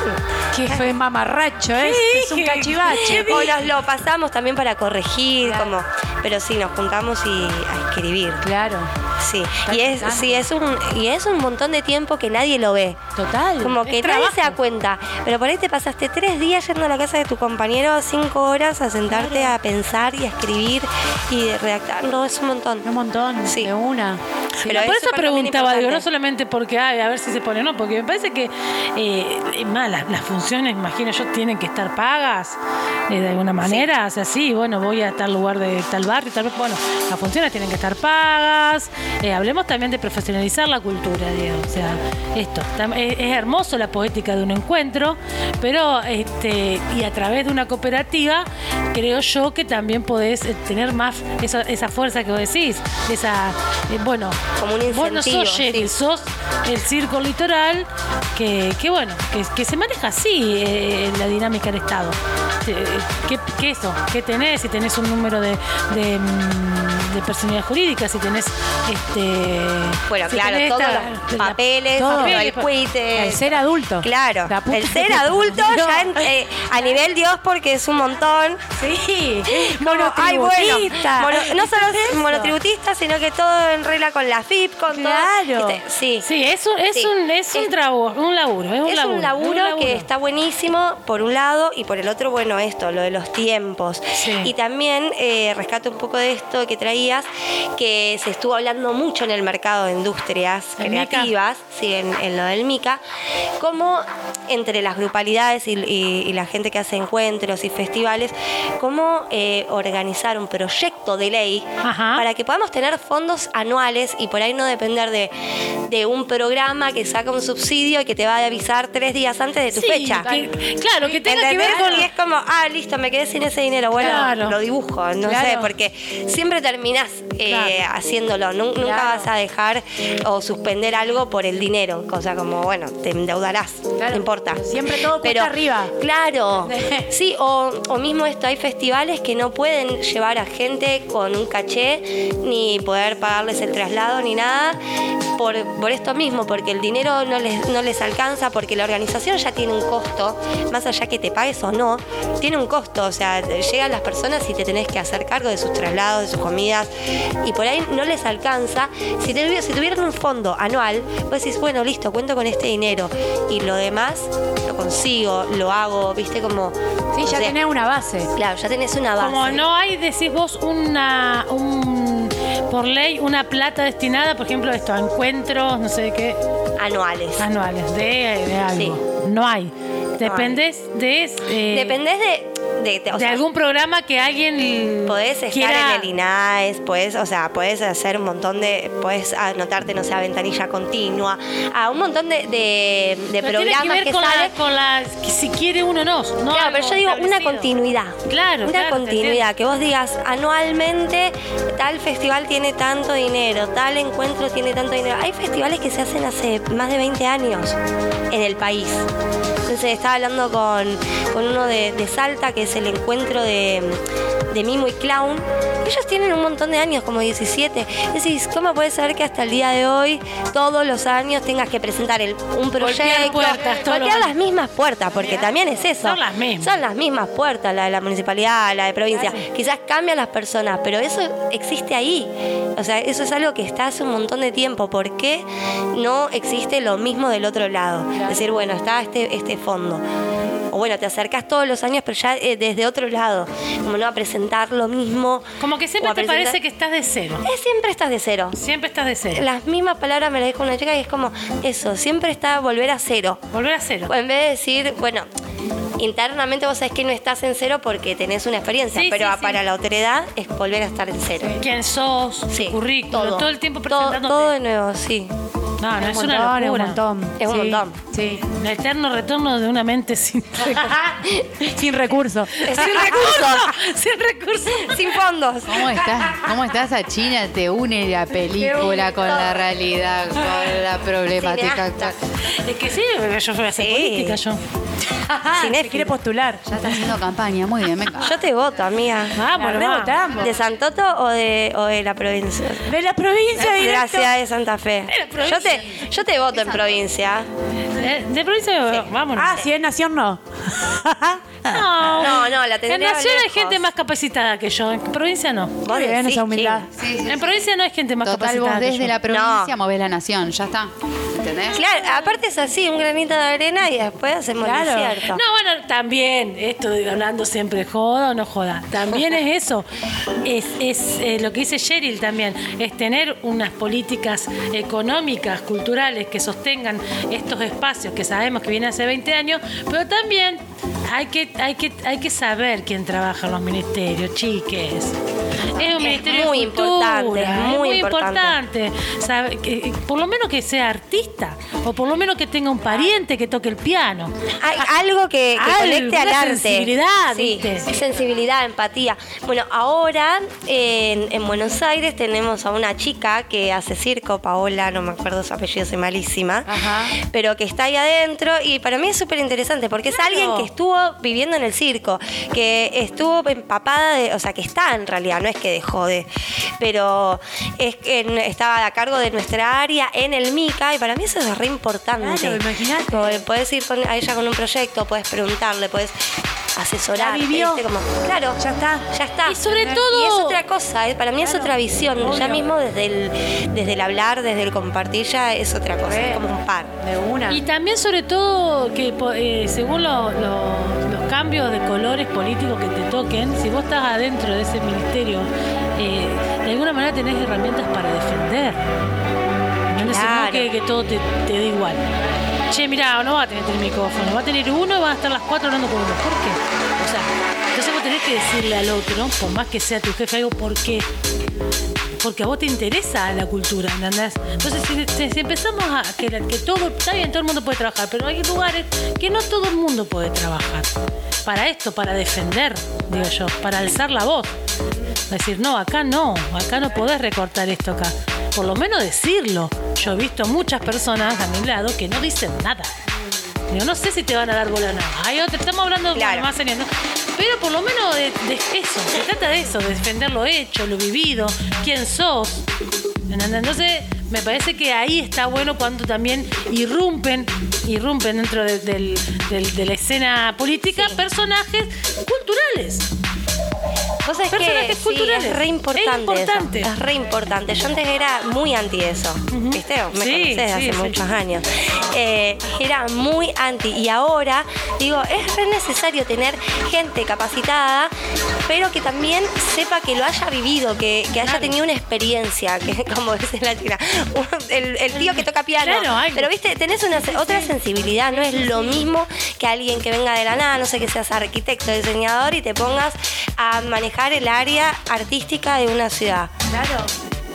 [SPEAKER 2] Que fue mamarracho, ¿eh? Es un
[SPEAKER 1] dije?
[SPEAKER 2] cachivache.
[SPEAKER 3] *laughs* o nos lo pasamos también para corregir, como, pero sí, nos juntamos y a escribir.
[SPEAKER 2] Claro,
[SPEAKER 3] Sí, y es,
[SPEAKER 2] picante.
[SPEAKER 3] sí, es un, y es un montón de tiempo que nadie lo ve.
[SPEAKER 2] total.
[SPEAKER 3] Como que
[SPEAKER 1] Es
[SPEAKER 3] nadie
[SPEAKER 1] trabajo.
[SPEAKER 3] se da cuenta. Pero por ahí te pasaste tres días yendo a la casa de tu compañero, cinco horas a sentarte a pensar y a escribir y redactar. No, es un montón.
[SPEAKER 2] Un montón,
[SPEAKER 3] Sí.
[SPEAKER 2] de una.
[SPEAKER 3] Pero
[SPEAKER 1] por
[SPEAKER 3] es
[SPEAKER 1] eso
[SPEAKER 3] súper
[SPEAKER 1] preguntaba, digo, no
[SPEAKER 3] importante.
[SPEAKER 1] solamente porque, ay, a ver si se pone o no, porque me parece que, eh, más, las, las funciones, imagino yo, tienen que estar pagas eh, de alguna manera. O sea, sí, bueno, voy a tal lugar de tal barrio, tal vez, bueno, las funciones tienen que estar pagas. Eh, hablemos también de profesionalizar la cultura, digo. O sea, esto, tam- es, es hermoso la poética de un encuentro, pero, este, y a través de una cooperativa, creo yo que también podés eh, tener más esa, esa fuerza que vos decís, esa, eh, bueno,
[SPEAKER 3] Como un
[SPEAKER 1] Vos no
[SPEAKER 3] incentivo,
[SPEAKER 1] sos Jerry,
[SPEAKER 3] sí.
[SPEAKER 1] sos el circo litoral que, que bueno, que, que se maneja así eh, la dinámica del Estado. Eh, ¿Qué, qué eso? ¿Qué tenés? Si tenés un número de, de, mm, de personalidad jurídica, si tenés este.
[SPEAKER 3] Bueno,
[SPEAKER 1] si
[SPEAKER 3] claro,
[SPEAKER 1] tenés
[SPEAKER 3] todos
[SPEAKER 1] esta-
[SPEAKER 3] los
[SPEAKER 1] la-
[SPEAKER 3] papeles,
[SPEAKER 2] todo.
[SPEAKER 3] todo, el
[SPEAKER 1] Papeles, pa-
[SPEAKER 3] cuite.
[SPEAKER 2] El ser adulto.
[SPEAKER 3] Claro,
[SPEAKER 2] La puta
[SPEAKER 3] el
[SPEAKER 2] que
[SPEAKER 3] ser
[SPEAKER 1] *laughs*
[SPEAKER 2] te
[SPEAKER 3] adulto
[SPEAKER 2] parió.
[SPEAKER 3] ya en- eh, a nivel Dios porque es un montón.
[SPEAKER 2] Sí.
[SPEAKER 3] Como, ay, bueno,
[SPEAKER 2] monotributista.
[SPEAKER 3] mono- no solo
[SPEAKER 2] Eso.
[SPEAKER 3] monotributista, sino que todo en regla con la FIP, con todo.
[SPEAKER 2] Claro.
[SPEAKER 3] ¿viste? Sí.
[SPEAKER 1] Sí, es un, es
[SPEAKER 3] Sí.
[SPEAKER 1] un, es un,
[SPEAKER 3] Es-
[SPEAKER 1] trabo- un laburo. Es un
[SPEAKER 3] Es
[SPEAKER 1] laburo,
[SPEAKER 3] un laburo, que está buenísimo, por un lado, y por el otro, bueno, esto, lo de los tiempos.
[SPEAKER 1] Sí.
[SPEAKER 3] Y también eh, rescato un poco de esto que traía días, que se estuvo hablando mucho en el mercado de industrias
[SPEAKER 1] El Mica.
[SPEAKER 3] creativas, sí, en, en lo del MICA, como entre las grupalidades y, y- y la gente que hace encuentros y festivales, cómo eh, organizar un proyecto de ley
[SPEAKER 1] Ajá.
[SPEAKER 3] para que podamos tener fondos anuales y por ahí no depender de, de un programa que saca un subsidio y que te va a avisar tres días antes de tu
[SPEAKER 1] Sí,
[SPEAKER 3] fecha.
[SPEAKER 1] que- claro, que tenga que ver
[SPEAKER 3] ¿Entendés?
[SPEAKER 1] con...
[SPEAKER 3] Y es como, ah, listo, me quedé sin ese dinero. Bueno,
[SPEAKER 1] Claro.
[SPEAKER 3] lo dibujo, no
[SPEAKER 1] Claro.
[SPEAKER 3] sé, porque siempre terminás eh,
[SPEAKER 1] Claro.
[SPEAKER 3] haciéndolo. Nun- Nunca
[SPEAKER 2] Claro.
[SPEAKER 3] vas a dejar o suspender algo por el dinero. Cosa como, bueno, te endeudarás,
[SPEAKER 2] Claro.
[SPEAKER 3] no importa.
[SPEAKER 2] Siempre todo cuesta arriba. *laughs*
[SPEAKER 3] Claro. Sí, o, o mismo esto, hay festivales que no pueden llevar a gente con un caché, ni poder pagarles el traslado, ni nada, por, por esto mismo, porque el dinero no les, no les alcanza, porque la organización ya tiene un costo, más allá que te pagues o no, tiene un costo, o sea, llegan las personas y te tenés que hacer cargo de sus traslados, de sus comidas, y por ahí no les alcanza. Si, te- si tuvieran un fondo anual, vos decís, bueno, listo, cuento con este dinero, y lo demás lo consigo, lo hago, viste, como...
[SPEAKER 2] Sí,
[SPEAKER 3] o
[SPEAKER 2] ya
[SPEAKER 3] sea,
[SPEAKER 2] tenés una base.
[SPEAKER 3] Claro, ya tenés una base.
[SPEAKER 1] Como no hay, decís vos, una, un, por ley, una plata destinada, por ejemplo, esto, a encuentros, no sé qué,
[SPEAKER 3] Anuales.
[SPEAKER 1] Ah, anuales, de, de algo. No hay. Dependés de... eh,
[SPEAKER 3] Dependés de, de, de- o
[SPEAKER 1] de
[SPEAKER 3] sea,
[SPEAKER 1] algún programa que alguien
[SPEAKER 3] podés estar
[SPEAKER 1] quiera-
[SPEAKER 3] en el INAES, podés, o sea, podés hacer un montón de, podés anotarte, no sé, a ventanilla continua, a un montón de, de, de
[SPEAKER 1] Pero tiene
[SPEAKER 3] programas
[SPEAKER 1] que ver
[SPEAKER 3] que,
[SPEAKER 1] con, la-
[SPEAKER 3] salen.
[SPEAKER 1] con la- que si quiere uno o no. no
[SPEAKER 3] claro,
[SPEAKER 1] algo
[SPEAKER 3] pero yo digo una
[SPEAKER 1] establecido.
[SPEAKER 3] continuidad.
[SPEAKER 1] Claro,
[SPEAKER 3] Una
[SPEAKER 1] claro, te
[SPEAKER 3] continuidad, que vos digas anualmente tal festival tiene tanto dinero, tal encuentro tiene tanto dinero. Hay festivales que se hacen hace más de 20 años en el país. Entonces estaba hablando con, con uno de, de Salta, que es el encuentro de, de Mimo y Clown. Ellos tienen un montón de años, como 17. Decís, ¿cómo puede ser que hasta el día de hoy, todos los años, tengas que presentar el- un proyecto?
[SPEAKER 1] puertas, todos los
[SPEAKER 3] golpear
[SPEAKER 1] años.
[SPEAKER 3] las mismas puertas, porque también es eso.
[SPEAKER 1] Son las mismas.
[SPEAKER 3] Son las mismas puertas, la de la municipalidad, la de provincia. Quizás cambian las personas, pero eso existe ahí. O sea, eso es algo que está hace un montón de tiempo. ¿Por qué no existe lo mismo del otro lado? Es decir, bueno, está este, este fondo. O bueno, te acercás todos los años, pero ya eh, desde otro lado. Como no a presentar lo mismo.
[SPEAKER 1] Como que siempre
[SPEAKER 3] o a
[SPEAKER 1] te
[SPEAKER 3] presentar-
[SPEAKER 1] parece que estás de cero.
[SPEAKER 3] Eh, siempre estás de cero
[SPEAKER 1] Siempre estás de cero.
[SPEAKER 3] las mismas palabras me las dijo una chica y es como eso, siempre está volver a cero.
[SPEAKER 1] Volver a cero.
[SPEAKER 3] Pues En vez de decir, bueno, internamente vos sabés que no estás en cero porque tenés una experiencia,
[SPEAKER 1] Sí,
[SPEAKER 3] pero
[SPEAKER 1] sí, sí.
[SPEAKER 3] para la otredad es volver a estar en cero.
[SPEAKER 1] ¿Quién sos?
[SPEAKER 3] Sí,
[SPEAKER 1] currículum. Todo. el tiempo
[SPEAKER 3] Todo-
[SPEAKER 1] presentándote.
[SPEAKER 3] Todo, de nuevo, sí.
[SPEAKER 1] No,
[SPEAKER 3] Ah,
[SPEAKER 1] no, es
[SPEAKER 2] un
[SPEAKER 1] una
[SPEAKER 2] montón, es un
[SPEAKER 1] locura.
[SPEAKER 2] montón.
[SPEAKER 3] Es un
[SPEAKER 2] Sí,
[SPEAKER 3] montón.
[SPEAKER 2] Sí,
[SPEAKER 1] El eterno retorno de una mente sin
[SPEAKER 2] sin recursos.
[SPEAKER 3] Es
[SPEAKER 1] sin
[SPEAKER 3] sin
[SPEAKER 1] recursos. sin recursos. *laughs*
[SPEAKER 3] sin fondos.
[SPEAKER 4] ¿Cómo estás? ¿Cómo estás a China? Te une la película con la realidad, con la problemática.
[SPEAKER 3] Cineasta.
[SPEAKER 1] Es que sí, yo fui a hacer
[SPEAKER 3] Sí.
[SPEAKER 1] política yo.
[SPEAKER 3] Cinéfilo.
[SPEAKER 2] Se quiere postular.
[SPEAKER 4] Ya está haciendo campaña, muy bien, venga.
[SPEAKER 3] Yo te voto, amiga.
[SPEAKER 1] Vamos,
[SPEAKER 2] La
[SPEAKER 1] vamos.
[SPEAKER 2] rebotamos.
[SPEAKER 3] ¿De Santoto o de, o de la provincia?
[SPEAKER 2] De la provincia de
[SPEAKER 3] Gracias de Santa Fe.
[SPEAKER 1] la provincia.
[SPEAKER 3] Yo te, yo te voto en provincia.
[SPEAKER 1] De, Eh, de provincia, vámonos.
[SPEAKER 2] Ah, si es nación no.
[SPEAKER 1] *laughs* No,
[SPEAKER 3] No, no, la tendría
[SPEAKER 1] En Nación hay
[SPEAKER 3] lejos.
[SPEAKER 1] gente más capacitada que yo. En provincia no.
[SPEAKER 3] ¿Vos
[SPEAKER 2] Eh, Muy bien
[SPEAKER 3] decís,
[SPEAKER 2] esa humildad.
[SPEAKER 3] China?
[SPEAKER 4] Sí, sí,
[SPEAKER 1] En
[SPEAKER 4] sí.
[SPEAKER 1] provincia no hay gente más
[SPEAKER 4] Total,
[SPEAKER 1] capacitada.
[SPEAKER 4] vos
[SPEAKER 1] que
[SPEAKER 4] desde
[SPEAKER 1] yo.
[SPEAKER 4] la provincia
[SPEAKER 3] No.
[SPEAKER 4] movés la nación, ya está. ¿Entendés?
[SPEAKER 3] Claro, aparte es así, un granito de arena y después hacemos
[SPEAKER 2] Claro.
[SPEAKER 3] el desierto.
[SPEAKER 1] No, bueno, también, esto de hablando siempre joda o no joda, también es
[SPEAKER 3] *laughs*
[SPEAKER 1] eso. Es, es, eh, lo que dice Cheryl también, es tener unas políticas económicas, culturales, que sostengan estos espacios que sabemos que vienen hace 20 años, pero también hay que, hay que, hay que saber quién trabaja en los ministerios, chiques. Es un ministerio
[SPEAKER 3] muy
[SPEAKER 1] de cultura,
[SPEAKER 3] importante, es muy importante.
[SPEAKER 1] importante. Sabe- que- por lo menos que sea artista, o por lo menos que tenga un pariente que toque el piano.
[SPEAKER 3] Hay algo que, que
[SPEAKER 1] Algo,
[SPEAKER 3] conecte al
[SPEAKER 1] una
[SPEAKER 3] arte.
[SPEAKER 1] sensibilidad,
[SPEAKER 3] Sí,
[SPEAKER 1] ¿viste?
[SPEAKER 3] sensibilidad, empatía. Bueno, ahora en, en Buenos Aires tenemos a una chica que hace circo, Paola, no me acuerdo su apellido, soy malísima,
[SPEAKER 2] Ajá.
[SPEAKER 3] pero que está ahí adentro y para mí es súper interesante porque es alguien que estuvo viviendo en el circo, que estuvo empapada de, o sea, que está en realidad, no es que dejó de, pero es que en- estaba a cargo de nuestra área en el MICA y para mí eso es re importante.
[SPEAKER 2] Claro, imagínate.
[SPEAKER 3] Como Podés ir con, a ella con un proyecto, podés preguntarle, podés asesorar.
[SPEAKER 2] Ya vivió.
[SPEAKER 3] claro,
[SPEAKER 2] Ya está.
[SPEAKER 3] Ya está.
[SPEAKER 1] Y sobre todo-
[SPEAKER 3] Y es otra cosa, eh, para mí es otra visión. Ya mismo desde el, desde el hablar, desde el compartir, ya es otra cosa.
[SPEAKER 2] Re.
[SPEAKER 3] Es como un par.
[SPEAKER 2] De una.
[SPEAKER 1] Y también sobre todo que po- eh, según lo- lo- los cambios de colores políticos que te toquen, si vos estás adentro de ese ministerio, eh, de alguna manera tenés herramientas para defender. No es
[SPEAKER 3] Claro.
[SPEAKER 1] que, que todo te, te dé igual. Che, mirá, no va a tener el micrófono, va a tener uno y van a estar las cuatro hablando con uno. ¿Por qué? O sea, entonces vos tenés que decirle al otro, por más que sea tu jefe, algo por qué. Porque a vos te interesa la cultura, ¿entendés? Entonces, si, si- si empezamos a que, la- que todo, está bien, todo el mundo puede trabajar, pero hay lugares que no todo el mundo puede trabajar. Para esto, para defender, digo yo, para alzar la voz. Decir, no, acá no, acá no podés recortar esto acá. Por lo menos decirlo. Yo he visto muchas personas a mi lado que no dicen nada. Digo, no sé si te van a dar bola o no. Hay otra, estamos hablando de
[SPEAKER 3] Claro.
[SPEAKER 1] más serios, ¿no? Pero por lo menos de, de eso, se trata de eso, de defender lo hecho, lo vivido, quién sos. ¿Entendés? Entonces, me parece que ahí está bueno cuando también irrumpen, irrumpen dentro de, del- del- de la escena política personajes culturales.
[SPEAKER 3] Cosas que
[SPEAKER 1] Personajes
[SPEAKER 3] sí,
[SPEAKER 1] culturales.
[SPEAKER 3] es re importante.
[SPEAKER 1] Es importante.
[SPEAKER 3] eso. Es re importante. Yo antes era muy anti eso. ¿Viste? Me
[SPEAKER 1] Sí,
[SPEAKER 3] conocés de
[SPEAKER 1] sí,
[SPEAKER 3] hace
[SPEAKER 1] sí.
[SPEAKER 3] muchos años. Eh, era muy anti. Y ahora, digo, es re necesario tener gente capacitada, pero que también sepa que lo haya vivido, que, que haya tenido una experiencia, que como dice la chica, un- el, el tío que toca piano.
[SPEAKER 1] Claro, algo.
[SPEAKER 3] pero viste, tenés una se- otra sensibilidad, no es lo mismo que alguien que venga de la nada, no sé que seas arquitecto, diseñador y te pongas a manejar el área artística de una ciudad.
[SPEAKER 2] Claro.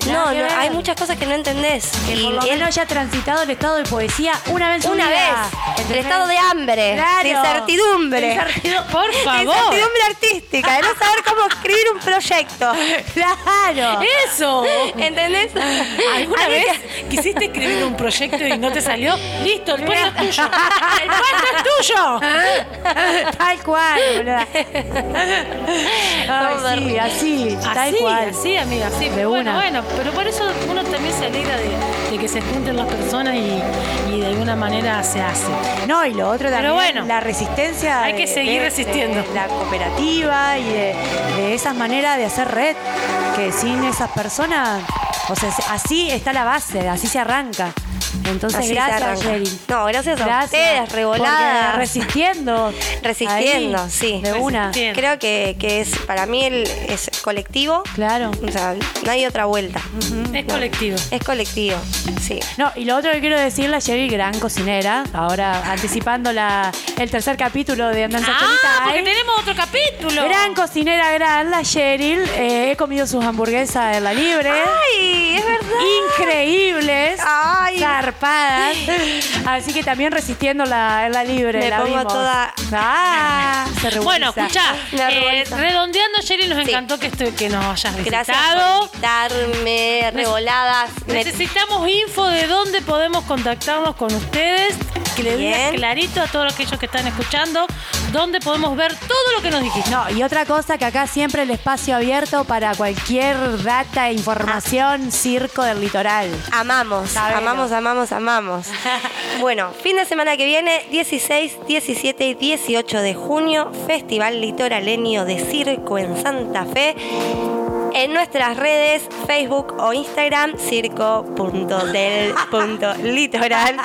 [SPEAKER 3] No, no, hay muchas cosas que no entendés.
[SPEAKER 2] Que
[SPEAKER 3] Y
[SPEAKER 2] por lo
[SPEAKER 3] él-
[SPEAKER 2] menos haya transitado el estado de poesía una vez en su
[SPEAKER 3] una vez,
[SPEAKER 2] vida.
[SPEAKER 3] el
[SPEAKER 2] ¿Entendés?
[SPEAKER 3] estado de hambre,
[SPEAKER 2] Claro.
[SPEAKER 3] de incertidumbre.
[SPEAKER 2] Incertidumbre.
[SPEAKER 1] Por
[SPEAKER 3] De
[SPEAKER 1] favor.
[SPEAKER 3] incertidumbre artística, de no saber cómo escribir un proyecto.
[SPEAKER 2] *laughs* Claro.
[SPEAKER 1] Eso.
[SPEAKER 3] ¿Entendés?
[SPEAKER 1] ¿Alguna
[SPEAKER 3] Alguien
[SPEAKER 1] vez quisiste escribir un proyecto y no te salió? Listo, el puesto es tuyo. El puesto es tuyo.
[SPEAKER 2] *laughs* Tal cual,
[SPEAKER 3] *laughs*
[SPEAKER 2] boluda. Ay, sí, así, *laughs* tal
[SPEAKER 1] así,
[SPEAKER 2] cual.
[SPEAKER 1] así, amiga, así.
[SPEAKER 2] De
[SPEAKER 1] bueno,
[SPEAKER 2] una.
[SPEAKER 1] bueno, pero por eso uno también se alegra de, de que se junten las personas y, y de alguna manera se hace.
[SPEAKER 2] No, y lo otro también,
[SPEAKER 1] Pero bueno,
[SPEAKER 2] la resistencia.
[SPEAKER 1] hay que seguir resistiendo.
[SPEAKER 2] de la cooperativa y de, de esas maneras de hacer red, que sin esas personas, o sea, se- así está la base, así se arranca. Entonces,
[SPEAKER 3] Así se
[SPEAKER 2] gracias,
[SPEAKER 3] arranca.
[SPEAKER 2] Yeri.
[SPEAKER 3] No, gracias a ustedes, revolada.
[SPEAKER 2] porque Resistiendo.
[SPEAKER 3] Resistiendo,
[SPEAKER 2] Ahí,
[SPEAKER 3] sí.
[SPEAKER 2] De una.
[SPEAKER 1] Resistiendo. Bien.
[SPEAKER 3] Creo que, que es, para mí el, es colectivo.
[SPEAKER 2] Claro.
[SPEAKER 3] O sea, no hay otra vuelta.
[SPEAKER 1] Es colectivo.
[SPEAKER 3] Es colectivo, sí.
[SPEAKER 2] No, y lo otro que quiero decirle a Sherry, gran cocinera, ahora anticipando la, el tercer capítulo de Andanza
[SPEAKER 1] Ah,
[SPEAKER 2] Cholita,
[SPEAKER 1] porque
[SPEAKER 2] ¿eh?
[SPEAKER 1] tenemos otro capítulo.
[SPEAKER 2] Gran cocinera, gran la Cheryl. Eh, he comido sus hamburguesas en la libre.
[SPEAKER 3] ¡Ay! Es verdad.
[SPEAKER 2] Increíbles.
[SPEAKER 3] Ay.
[SPEAKER 2] Zarpadas. Así que también resistiendo la, en la libre.
[SPEAKER 3] Me
[SPEAKER 2] la
[SPEAKER 3] pongo
[SPEAKER 2] vimos.
[SPEAKER 3] toda-
[SPEAKER 2] Ah, se ruboriza.
[SPEAKER 1] Bueno, escuchá,
[SPEAKER 3] La
[SPEAKER 1] eh,
[SPEAKER 3] revolta.
[SPEAKER 1] redondeando, Sherry, nos
[SPEAKER 3] Sí.
[SPEAKER 1] encantó que, estu- que nos hayas
[SPEAKER 3] Gracias
[SPEAKER 1] visitado.
[SPEAKER 3] por darme revoladas. Me-
[SPEAKER 1] Necesitamos info de dónde podemos contactarnos con ustedes. Que le digas
[SPEAKER 3] Bien.
[SPEAKER 1] clarito a todos aquellos que están escuchando dónde podemos ver todo lo que nos dijiste.
[SPEAKER 2] No, y otra cosa que acá siempre el espacio abierto para cualquier data, información,
[SPEAKER 3] Ah.
[SPEAKER 2] circo del litoral.
[SPEAKER 3] Amamos,
[SPEAKER 2] Sabelo.
[SPEAKER 3] amamos, amamos, amamos. Bueno, fin de semana que viene, 16, 17 y 18 de junio, Festival Litoraleño de Circo en Santa Fe. En nuestras redes, Facebook o Instagram, circo.del.litoral.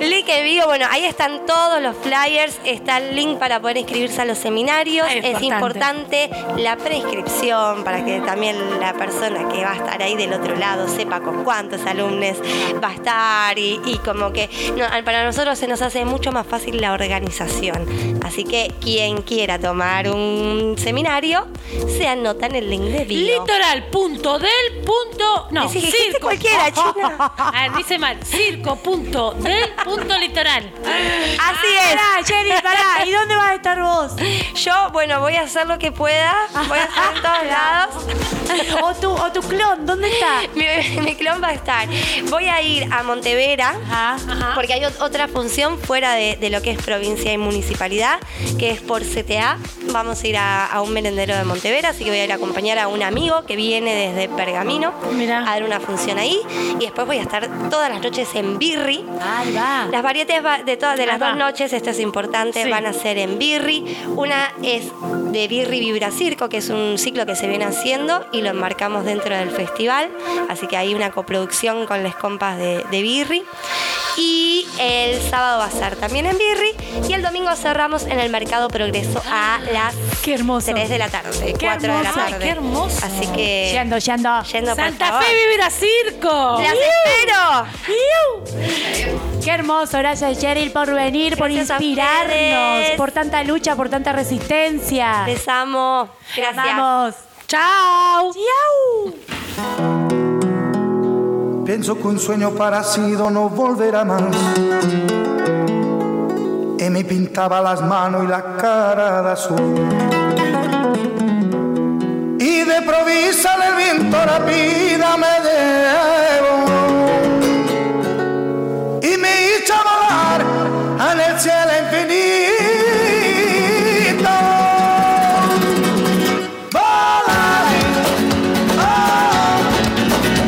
[SPEAKER 3] Link en vivo, bueno, ahí están todos los flyers, está el link para poder inscribirse a los seminarios.
[SPEAKER 1] Es
[SPEAKER 3] Es,
[SPEAKER 1] importante.
[SPEAKER 3] importante la prescripción para que también la persona que va a estar ahí del otro lado sepa con cuántos alumnos va a estar y, y como que no, para nosotros se nos hace mucho más fácil la organización. Así que quien quiera tomar un seminario, se anota en el link de bio.
[SPEAKER 1] Litoral punto del punto no
[SPEAKER 3] Decís, dijiste
[SPEAKER 1] circo
[SPEAKER 3] cualquiera, china.
[SPEAKER 1] *laughs* Ah, dice mal circo punto del punto
[SPEAKER 3] *laughs*
[SPEAKER 1] litoral
[SPEAKER 3] Así es.
[SPEAKER 2] Ah, Pará, Sherry, pará. ¿Y dónde vas a estar
[SPEAKER 3] *laughs*
[SPEAKER 2] vos?
[SPEAKER 3] Yo, bueno, voy a hacer lo que pueda. Voy a estar en todos lados.
[SPEAKER 2] O tu, o tu clon, ¿dónde está?
[SPEAKER 3] Mi, mi clon va a estar. Voy a ir a Montevera.
[SPEAKER 2] Ajá.
[SPEAKER 3] Porque hay ot- otra función fuera de, de lo que es provincia y municipalidad, que es por CTA. Vamos a ir a, a un merendero de Montevera, así que voy a ir a acompañar a un amigo que viene desde Pergamino
[SPEAKER 1] Mirá.
[SPEAKER 3] a dar una función ahí. Y después voy a estar todas las noches en Birri.
[SPEAKER 2] Ahí va.
[SPEAKER 3] Las varietes va- de todas de las
[SPEAKER 1] Ajá.
[SPEAKER 3] dos noches, esto es importante,
[SPEAKER 1] Sí.
[SPEAKER 3] van a ser en Birri. Una es de Birri Vibra Circo, que es un ciclo que se viene haciendo y lo enmarcamos dentro del festival. Así que hay una coproducción con las compas de, de Birri. Y el sábado va a ser también en Birri. Y el domingo cerramos en el Mercado Progreso a la las
[SPEAKER 2] Qué hermoso.
[SPEAKER 3] 3 de la tarde, 4 de la
[SPEAKER 1] hermoso,
[SPEAKER 3] tarde.
[SPEAKER 1] qué hermoso.
[SPEAKER 3] Así que
[SPEAKER 2] Yendo, yendo.
[SPEAKER 3] yendo por
[SPEAKER 1] Santa
[SPEAKER 3] favor.
[SPEAKER 1] Fe Vibra Circo.
[SPEAKER 3] ¡Las espero!
[SPEAKER 1] ¡Iu!
[SPEAKER 2] Qué hermoso, gracias Cheryl por venir, por
[SPEAKER 3] Gracias a
[SPEAKER 2] inspirarnos,
[SPEAKER 3] ustedes.
[SPEAKER 2] por tanta lucha, por tanta resistencia.
[SPEAKER 3] Les amo. Gracias.
[SPEAKER 2] Vamos.
[SPEAKER 1] ¡Chao!
[SPEAKER 5] Pienso que un sueño parecido no volverá más. Y me pintaba las manos y la cara de azul. Y de provisa el viento rapí